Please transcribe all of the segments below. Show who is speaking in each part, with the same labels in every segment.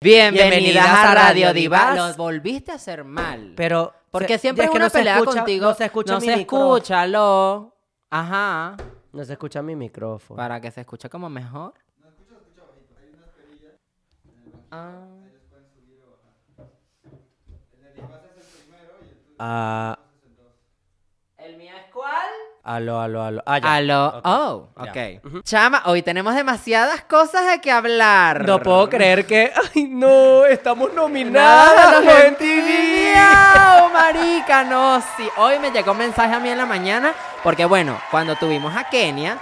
Speaker 1: Bienvenidas a Radio Divas.
Speaker 2: Lo volviste a hacer mal.
Speaker 1: Pero.
Speaker 2: Porque siempre es,
Speaker 1: que
Speaker 2: una
Speaker 1: no se
Speaker 2: pelea
Speaker 1: escucha-
Speaker 2: contigo.
Speaker 1: No se escucha
Speaker 2: No
Speaker 1: mi
Speaker 2: se
Speaker 1: micrófono.
Speaker 2: escucha, lo. Ajá.
Speaker 1: No se escucha mi micrófono.
Speaker 2: Para que se escuche como mejor. Ah.
Speaker 1: Ah,
Speaker 2: ¿El mío es cuál?
Speaker 1: aló, aló, aló. Ah, ya.
Speaker 2: Aló.
Speaker 1: Ok.
Speaker 2: Oh,
Speaker 1: Ya.
Speaker 2: ok. Chama, hoy tenemos demasiadas cosas de que hablar.
Speaker 1: No puedo creer que. Ay, no, estamos nominadas
Speaker 2: Nada
Speaker 1: a
Speaker 2: de
Speaker 1: los
Speaker 2: los
Speaker 1: MTV.
Speaker 2: ¡Miau, marica! No, sí. Hoy me llegó un mensaje a mí en la mañana, porque bueno, cuando tuvimos a Kenia,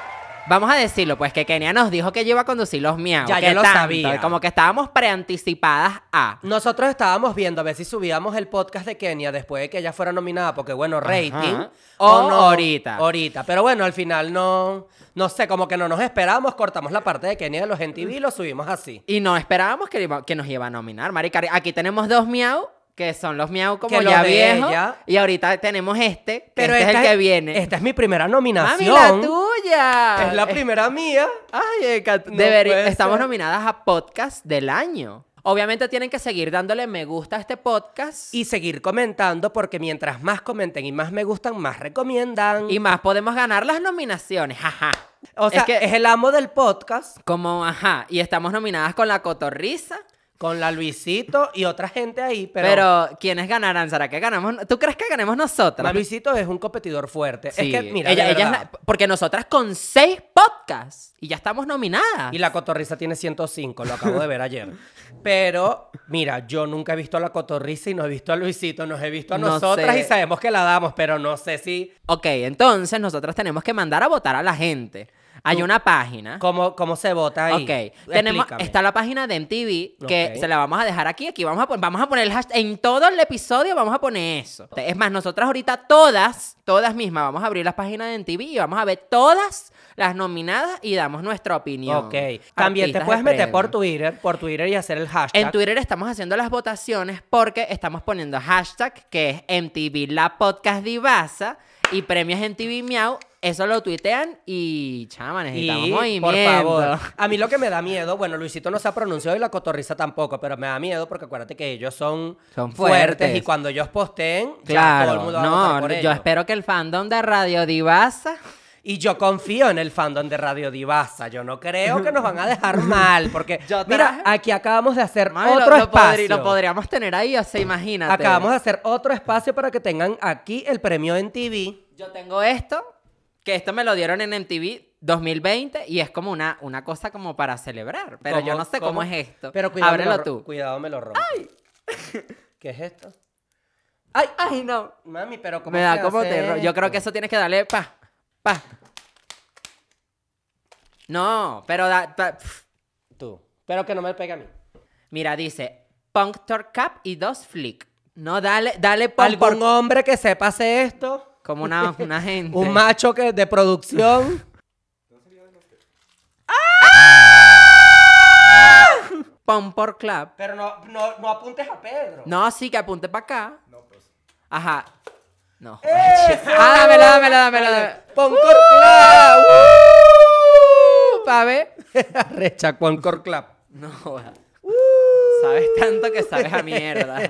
Speaker 2: vamos a decirlo, pues que Kenia nos dijo que yo iba a conducir los miau.
Speaker 1: Ya,
Speaker 2: que
Speaker 1: yo lo
Speaker 2: tanto,
Speaker 1: sabía.
Speaker 2: Como que estábamos preanticipadas a.
Speaker 1: Nosotros estábamos viendo a ver si subíamos el podcast de Kenia después de que ella fuera nominada, porque bueno, rating.
Speaker 2: O ahorita.
Speaker 1: Ahorita. Pero bueno, al final no. No sé, como que no nos esperamos, cortamos la parte de Kenia de los MTV y lo subimos así.
Speaker 2: Y no esperábamos que, iba- que nos iba a nominar, marica. Aquí tenemos dos miau, que son los miau como
Speaker 1: Que los
Speaker 2: ya
Speaker 1: de
Speaker 2: viejos.
Speaker 1: ella.
Speaker 2: Y ahorita tenemos este, que este es
Speaker 1: esta
Speaker 2: el que viene.
Speaker 1: Esta es mi primera
Speaker 2: ¡Mami,
Speaker 1: nominación.
Speaker 2: la tuya!
Speaker 1: Es la primera mía.
Speaker 2: Ay, Eka,
Speaker 1: No
Speaker 2: deberí-
Speaker 1: puede
Speaker 2: estamos
Speaker 1: ser.
Speaker 2: nominadas a podcast del año. Obviamente tienen que seguir dándole me gusta a este podcast y,
Speaker 1: Y seguir comentando porque mientras más comenten y más me gustan, más recomiendan.
Speaker 2: más podemos ganar las nominaciones. Ajá.
Speaker 1: o sea,
Speaker 2: es
Speaker 1: es,
Speaker 2: que-
Speaker 1: el amo del podcast
Speaker 2: Como, ajá. Y estamos nominadas con la cotorriza.
Speaker 1: con la Luisito y otra gente ahí, pero...
Speaker 2: Pero, ¿quiénes ganarán? ¿Será que ganamos? ¿Tú crees que ganemos nosotras?
Speaker 1: la Luisito es un competidor fuerte.
Speaker 2: Sí.
Speaker 1: Es que, mira,
Speaker 2: Ella-
Speaker 1: de
Speaker 2: ella es
Speaker 1: verdad,
Speaker 2: la- porque nosotras con seis podcasts y ya estamos nominadas.
Speaker 1: Y la cotorriza tiene 105, lo acabo de ver ayer. Pero, mira, yo nunca he visto a la cotorriza y no he visto a Luisito, nos he visto a
Speaker 2: No
Speaker 1: nosotras
Speaker 2: sé.
Speaker 1: y sabemos que la damos, pero no sé si
Speaker 2: Ok, entonces nosotros tenemos que mandar a votar a la gente. Hay
Speaker 1: Tú-
Speaker 2: una página.
Speaker 1: cómo, cómo se vota ahí.
Speaker 2: Ok, tenemos,
Speaker 1: Explícame.
Speaker 2: está la página de MTV que
Speaker 1: Ok.
Speaker 2: se la vamos a dejar aquí. Aquí vamos a, pon- vamos a poner el hashtag. En todo el episodio vamos a poner eso. Es más, nosotras ahorita todas, todas mismas, vamos a abrir la página de MTV y vamos a ver todas las nominadas y damos nuestra opinión.
Speaker 1: Ok. También
Speaker 2: Artistas
Speaker 1: te
Speaker 2: de
Speaker 1: puedes meter por
Speaker 2: premio.
Speaker 1: Twitter, por Twitter y hacer el hashtag.
Speaker 2: En Twitter estamos haciendo las votaciones porque estamos poniendo hashtag que es MTV La Podcast Divasa y premios MTV Miau. Eso lo tuitean y chama, necesitamos
Speaker 1: Y,
Speaker 2: movimiento.
Speaker 1: por favor, a mí lo que me da miedo, bueno, Luisito no se ha pronunciado y la cotorriza tampoco, pero me da miedo porque acuérdate que ellos son,
Speaker 2: Son fuertes.
Speaker 1: y cuando ellos posteen, ya
Speaker 2: Claro,
Speaker 1: todo el mundo va a votar
Speaker 2: no,
Speaker 1: por
Speaker 2: yo
Speaker 1: ellos.
Speaker 2: espero que el fandom de Radio Divasa
Speaker 1: Y yo confío en el fandom de Radio Divasa. Yo no creo que nos van a dejar mal. Porque,
Speaker 2: Yo traje-
Speaker 1: mira, aquí acabamos de hacer
Speaker 2: Mami, lo-
Speaker 1: otro
Speaker 2: lo, podri-
Speaker 1: espacio.
Speaker 2: lo podríamos tener ahí, o sea, imagínate.
Speaker 1: acabamos de hacer otro espacio para que tengan aquí el premio en TV.
Speaker 2: Yo tengo esto, que esto me lo dieron en MTV 2020 y es como una, una cosa como para celebrar, pero yo
Speaker 1: ¿Cómo-
Speaker 2: no sé cómo, es esto.
Speaker 1: Pero cuidado, me lo
Speaker 2: Ábrelo
Speaker 1: ro-
Speaker 2: tú.
Speaker 1: Cuidado, me lo rompo. ¿Qué es esto?
Speaker 2: Ay, ay, no.
Speaker 1: Mami, pero ¿cómo
Speaker 2: Me da
Speaker 1: se
Speaker 2: como
Speaker 1: hace
Speaker 2: terror. Yo creo que
Speaker 1: esto?
Speaker 2: eso tienes que darle pa, pa. No, pero da, da- pf.
Speaker 1: Tú. Pero que no me pegue a mí.
Speaker 2: mira, dice Punctor Cap y dos flick. No, dale, dale punk
Speaker 1: ¿Algún
Speaker 2: por-
Speaker 1: hombre que sepa hacer esto?
Speaker 2: como una, una gente.
Speaker 1: Un macho que de producción.
Speaker 2: Punk por club.
Speaker 1: pero no, no, no apuntes a Pedro.
Speaker 2: No, sí, que apunte para acá. No, pues. Ajá. No.
Speaker 1: ¡Eso!
Speaker 2: Ah, dámela, dámela, dámela. dámela.
Speaker 1: Pon Corclap.
Speaker 2: Uh, pa' ver.
Speaker 1: Recha, pon Corclap.
Speaker 2: No, joda.
Speaker 1: Uh.
Speaker 2: Sabes tanto que sabes a mierda.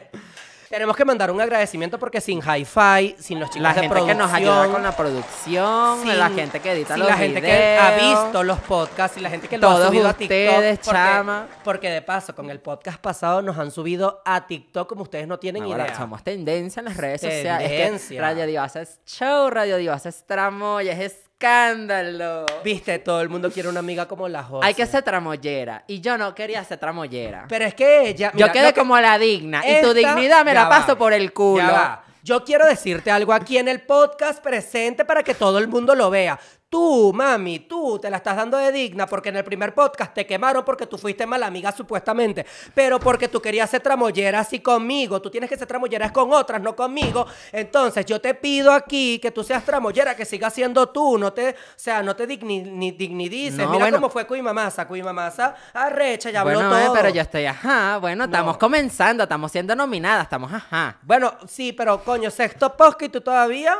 Speaker 1: Tenemos que mandar un agradecimiento porque sin hi-fi, sin los chicos
Speaker 2: La
Speaker 1: de
Speaker 2: gente que nos ayuda
Speaker 1: producción,
Speaker 2: con la producción,
Speaker 1: sin-
Speaker 2: la gente que edita
Speaker 1: sin
Speaker 2: los
Speaker 1: la gente que
Speaker 2: videos.
Speaker 1: ha visto los podcasts y la gente que lo
Speaker 2: Todos
Speaker 1: ha subido a
Speaker 2: ustedes,
Speaker 1: TikTok. porque-
Speaker 2: chama.
Speaker 1: Porque, de paso, con el podcast pasado nos han subido a TikTok como ustedes no tienen
Speaker 2: Ahora
Speaker 1: idea.
Speaker 2: somos tendencia en las redes sociales. Es que
Speaker 1: Tendencia.
Speaker 2: Radio Divasa es show, Radio Divasa es tramoya, es escándalo.
Speaker 1: Viste, todo el mundo quiere una amiga como la Jose.
Speaker 2: Hay que ser tramoyera. Y yo no quería ser tramoyera.
Speaker 1: Pero es que ella... Ah,
Speaker 2: yo
Speaker 1: mira, lo
Speaker 2: quedé
Speaker 1: que-
Speaker 2: como la digna. y tu
Speaker 1: Esta-
Speaker 2: dignidad me
Speaker 1: ya
Speaker 2: la paso
Speaker 1: va,
Speaker 2: por el culo.
Speaker 1: ya va. Yo quiero decirte algo aquí en el podcast presente para que todo el mundo lo vea. Tú, mami, tú te la estás dando de digna porque en el primer podcast te quemaron porque tú fuiste mala amiga supuestamente, pero porque tú querías ser tramollera así conmigo. Tú tienes que ser tramollera es con otras, no conmigo. Entonces yo te pido aquí que tú seas tramollera, que sigas siendo tú. No te, o sea, no te digni- ni dignidices.
Speaker 2: No,
Speaker 1: Mira
Speaker 2: bueno.
Speaker 1: cómo fue Cuimamasa. Cuimamasa arrecha, ya habló
Speaker 2: bueno, eh,
Speaker 1: todo.
Speaker 2: pero yo estoy, ajá, bueno, estamos comenzando, estamos siendo nominadas, estamos, ajá.
Speaker 1: Bueno, sí, pero coño, sexto post y tú todavía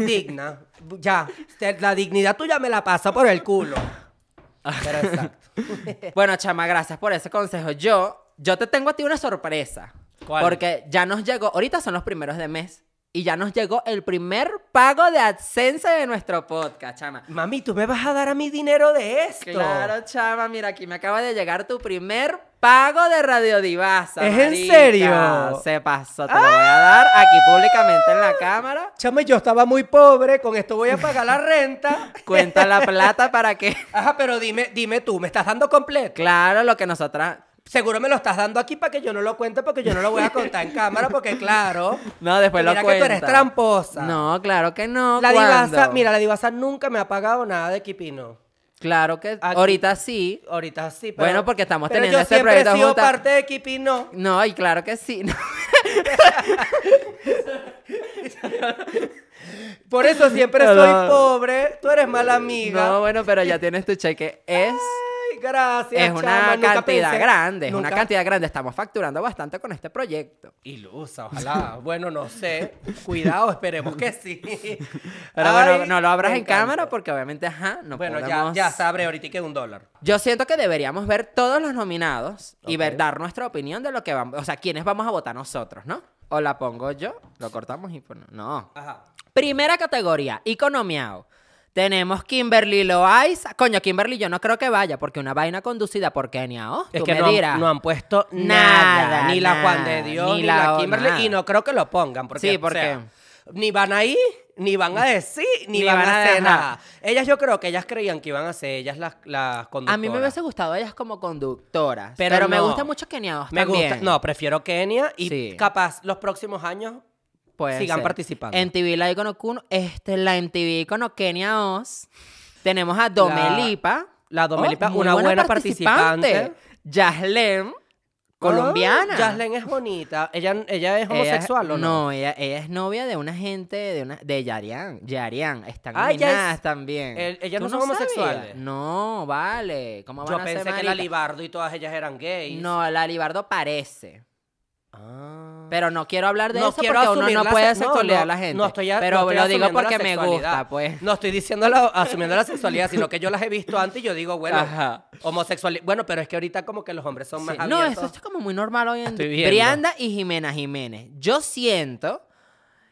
Speaker 1: digna. Ya, te- la dignidad tuya me la pasa por el culo. Pero exacto.
Speaker 2: Bueno, chama, gracias por ese consejo. Yo, Yo te tengo a ti una sorpresa.
Speaker 1: ¿Cuál?
Speaker 2: Porque ya nos llegó, ahorita son los primeros de mes, y ya nos llegó el primer pago de AdSense de nuestro podcast, chama.
Speaker 1: Mami, tú me vas a dar a mi dinero de esto.
Speaker 2: Claro, chama, mira, aquí me acaba de llegar tu primer pago de Radio Divasa.
Speaker 1: ¿Es en
Speaker 2: marica.
Speaker 1: serio?
Speaker 2: Se pasó, te lo voy a dar aquí públicamente en la cámara.
Speaker 1: Chama, yo estaba muy pobre, con esto voy a pagar la renta.
Speaker 2: Cuenta la plata para que...
Speaker 1: Ajá, pero dime, dime tú, ¿me estás dando completo?
Speaker 2: Claro, lo que nosotras...
Speaker 1: Seguro me lo estás dando aquí para que yo no lo cuente porque yo no lo voy a contar en cámara porque claro.
Speaker 2: No, después
Speaker 1: mira
Speaker 2: Pues lo cuenta.
Speaker 1: que tú eres tramposa.
Speaker 2: No, claro que no.
Speaker 1: La
Speaker 2: ¿cuándo?
Speaker 1: divasa, mira, la divasa nunca me ha pagado nada de Kipino.
Speaker 2: Claro que
Speaker 1: Aquí.
Speaker 2: ahorita sí.
Speaker 1: Ahorita sí, pero
Speaker 2: Bueno, porque estamos
Speaker 1: pero
Speaker 2: teniendo
Speaker 1: yo
Speaker 2: este
Speaker 1: siempre
Speaker 2: proyecto
Speaker 1: he sido
Speaker 2: juntas.
Speaker 1: parte de Kipino.
Speaker 2: No, y claro que sí. No,
Speaker 1: Por eso siempre
Speaker 2: No,
Speaker 1: soy
Speaker 2: no.
Speaker 1: pobre, tú eres mala amiga.
Speaker 2: No, bueno, pero ya tienes tu cheque. Es,
Speaker 1: Ay, gracias.
Speaker 2: es una
Speaker 1: Ah, chama, nunca
Speaker 2: cantidad
Speaker 1: pensé-
Speaker 2: grande, es una
Speaker 1: nunca-
Speaker 2: cantidad grande. Estamos facturando bastante con este proyecto.
Speaker 1: Ilusa, ojalá. Bueno, no sé. Cuidado, esperemos que sí.
Speaker 2: Pero
Speaker 1: Ay,
Speaker 2: bueno, no lo abras
Speaker 1: me
Speaker 2: en cámara
Speaker 1: encanta.
Speaker 2: porque obviamente, ajá, no
Speaker 1: Bueno,
Speaker 2: podemos-
Speaker 1: ya, ya sabré ahorita que un dólar.
Speaker 2: Yo siento que deberíamos ver todos los nominados y ver,
Speaker 1: Ok.
Speaker 2: dar nuestra opinión de lo que vamos, o sea, quiénes vamos a votar nosotros, ¿no? O la pongo yo, lo cortamos y pues no. No.
Speaker 1: Ajá.
Speaker 2: Primera categoría, economiao. Tenemos Kimberly Loaiza. Coño, Kimberly yo no creo que vaya porque una vaina conducida por Kenia Oh,
Speaker 1: Es
Speaker 2: tú
Speaker 1: que
Speaker 2: me
Speaker 1: no
Speaker 2: dirás.
Speaker 1: han, no han puesto
Speaker 2: Nada,
Speaker 1: nada, ni la Juan
Speaker 2: nada,
Speaker 1: de Dios,
Speaker 2: ni
Speaker 1: ni,
Speaker 2: la
Speaker 1: la
Speaker 2: o-
Speaker 1: Kimberly,
Speaker 2: nada.
Speaker 1: y no creo que lo pongan. Porque,
Speaker 2: Sí,
Speaker 1: o
Speaker 2: porque-
Speaker 1: sea, ni van ahí, ni van a decir, ni,
Speaker 2: Ni
Speaker 1: van,
Speaker 2: van a
Speaker 1: a hacer
Speaker 2: dejar.
Speaker 1: nada. Ellas yo creo que ellas creían que iban a ser ellas las, las conductoras.
Speaker 2: A mí me hubiese gustado ellas como conductoras. Pero,
Speaker 1: Pero
Speaker 2: me
Speaker 1: no.
Speaker 2: gusta mucho Kenia Oh
Speaker 1: Me gusta.
Speaker 2: también.
Speaker 1: No, prefiero Kenia y
Speaker 2: Sí.
Speaker 1: capaz los próximos años
Speaker 2: Puede
Speaker 1: sigan
Speaker 2: ser.
Speaker 1: participando.
Speaker 2: MTV la icono Kuno, este la MTV icono Kenia Oz. Tenemos a Domelipa.
Speaker 1: la Domelipa,
Speaker 2: Oh, muy
Speaker 1: una Oh, buena participante.
Speaker 2: Yaslem, colombiana.
Speaker 1: Ah, Jaslyn es bonita. Ella, ella es
Speaker 2: Ella es-
Speaker 1: homosexual, ¿o no?
Speaker 2: No, ella, ella es novia de una gente de una de Yarian. Yarian, están
Speaker 1: Ah, ella
Speaker 2: nominadas
Speaker 1: es-
Speaker 2: también.
Speaker 1: el- ellas
Speaker 2: ¿Tú
Speaker 1: no son homosexuales?
Speaker 2: sabías? No, vale. ¿Cómo van
Speaker 1: Yo
Speaker 2: a ser
Speaker 1: pensé que
Speaker 2: marica?
Speaker 1: la Libardo y todas ellas eran gays.
Speaker 2: No, la Libardo parece.
Speaker 1: Ah.
Speaker 2: Pero no quiero hablar de
Speaker 1: No
Speaker 2: eso
Speaker 1: quiero
Speaker 2: porque uno
Speaker 1: asumir
Speaker 2: no
Speaker 1: la
Speaker 2: puede
Speaker 1: se- no,
Speaker 2: sexualizar a
Speaker 1: no,
Speaker 2: la gente.
Speaker 1: no estoy a-
Speaker 2: pero
Speaker 1: no estoy
Speaker 2: lo digo
Speaker 1: asumiendo la
Speaker 2: porque me gusta,
Speaker 1: sexualidad.
Speaker 2: pues.
Speaker 1: No estoy diciendo la- asumiendo la sexualidad, sino que yo las he visto antes y yo digo, bueno,
Speaker 2: Ajá.
Speaker 1: homosexual. Bueno, pero es que ahorita como que los hombres son más
Speaker 2: Sí. No,
Speaker 1: abiertos.
Speaker 2: eso es como muy normal hoy en
Speaker 1: Estoy
Speaker 2: día.
Speaker 1: viendo.
Speaker 2: Brianda y Jimena Jiménez. Yo siento.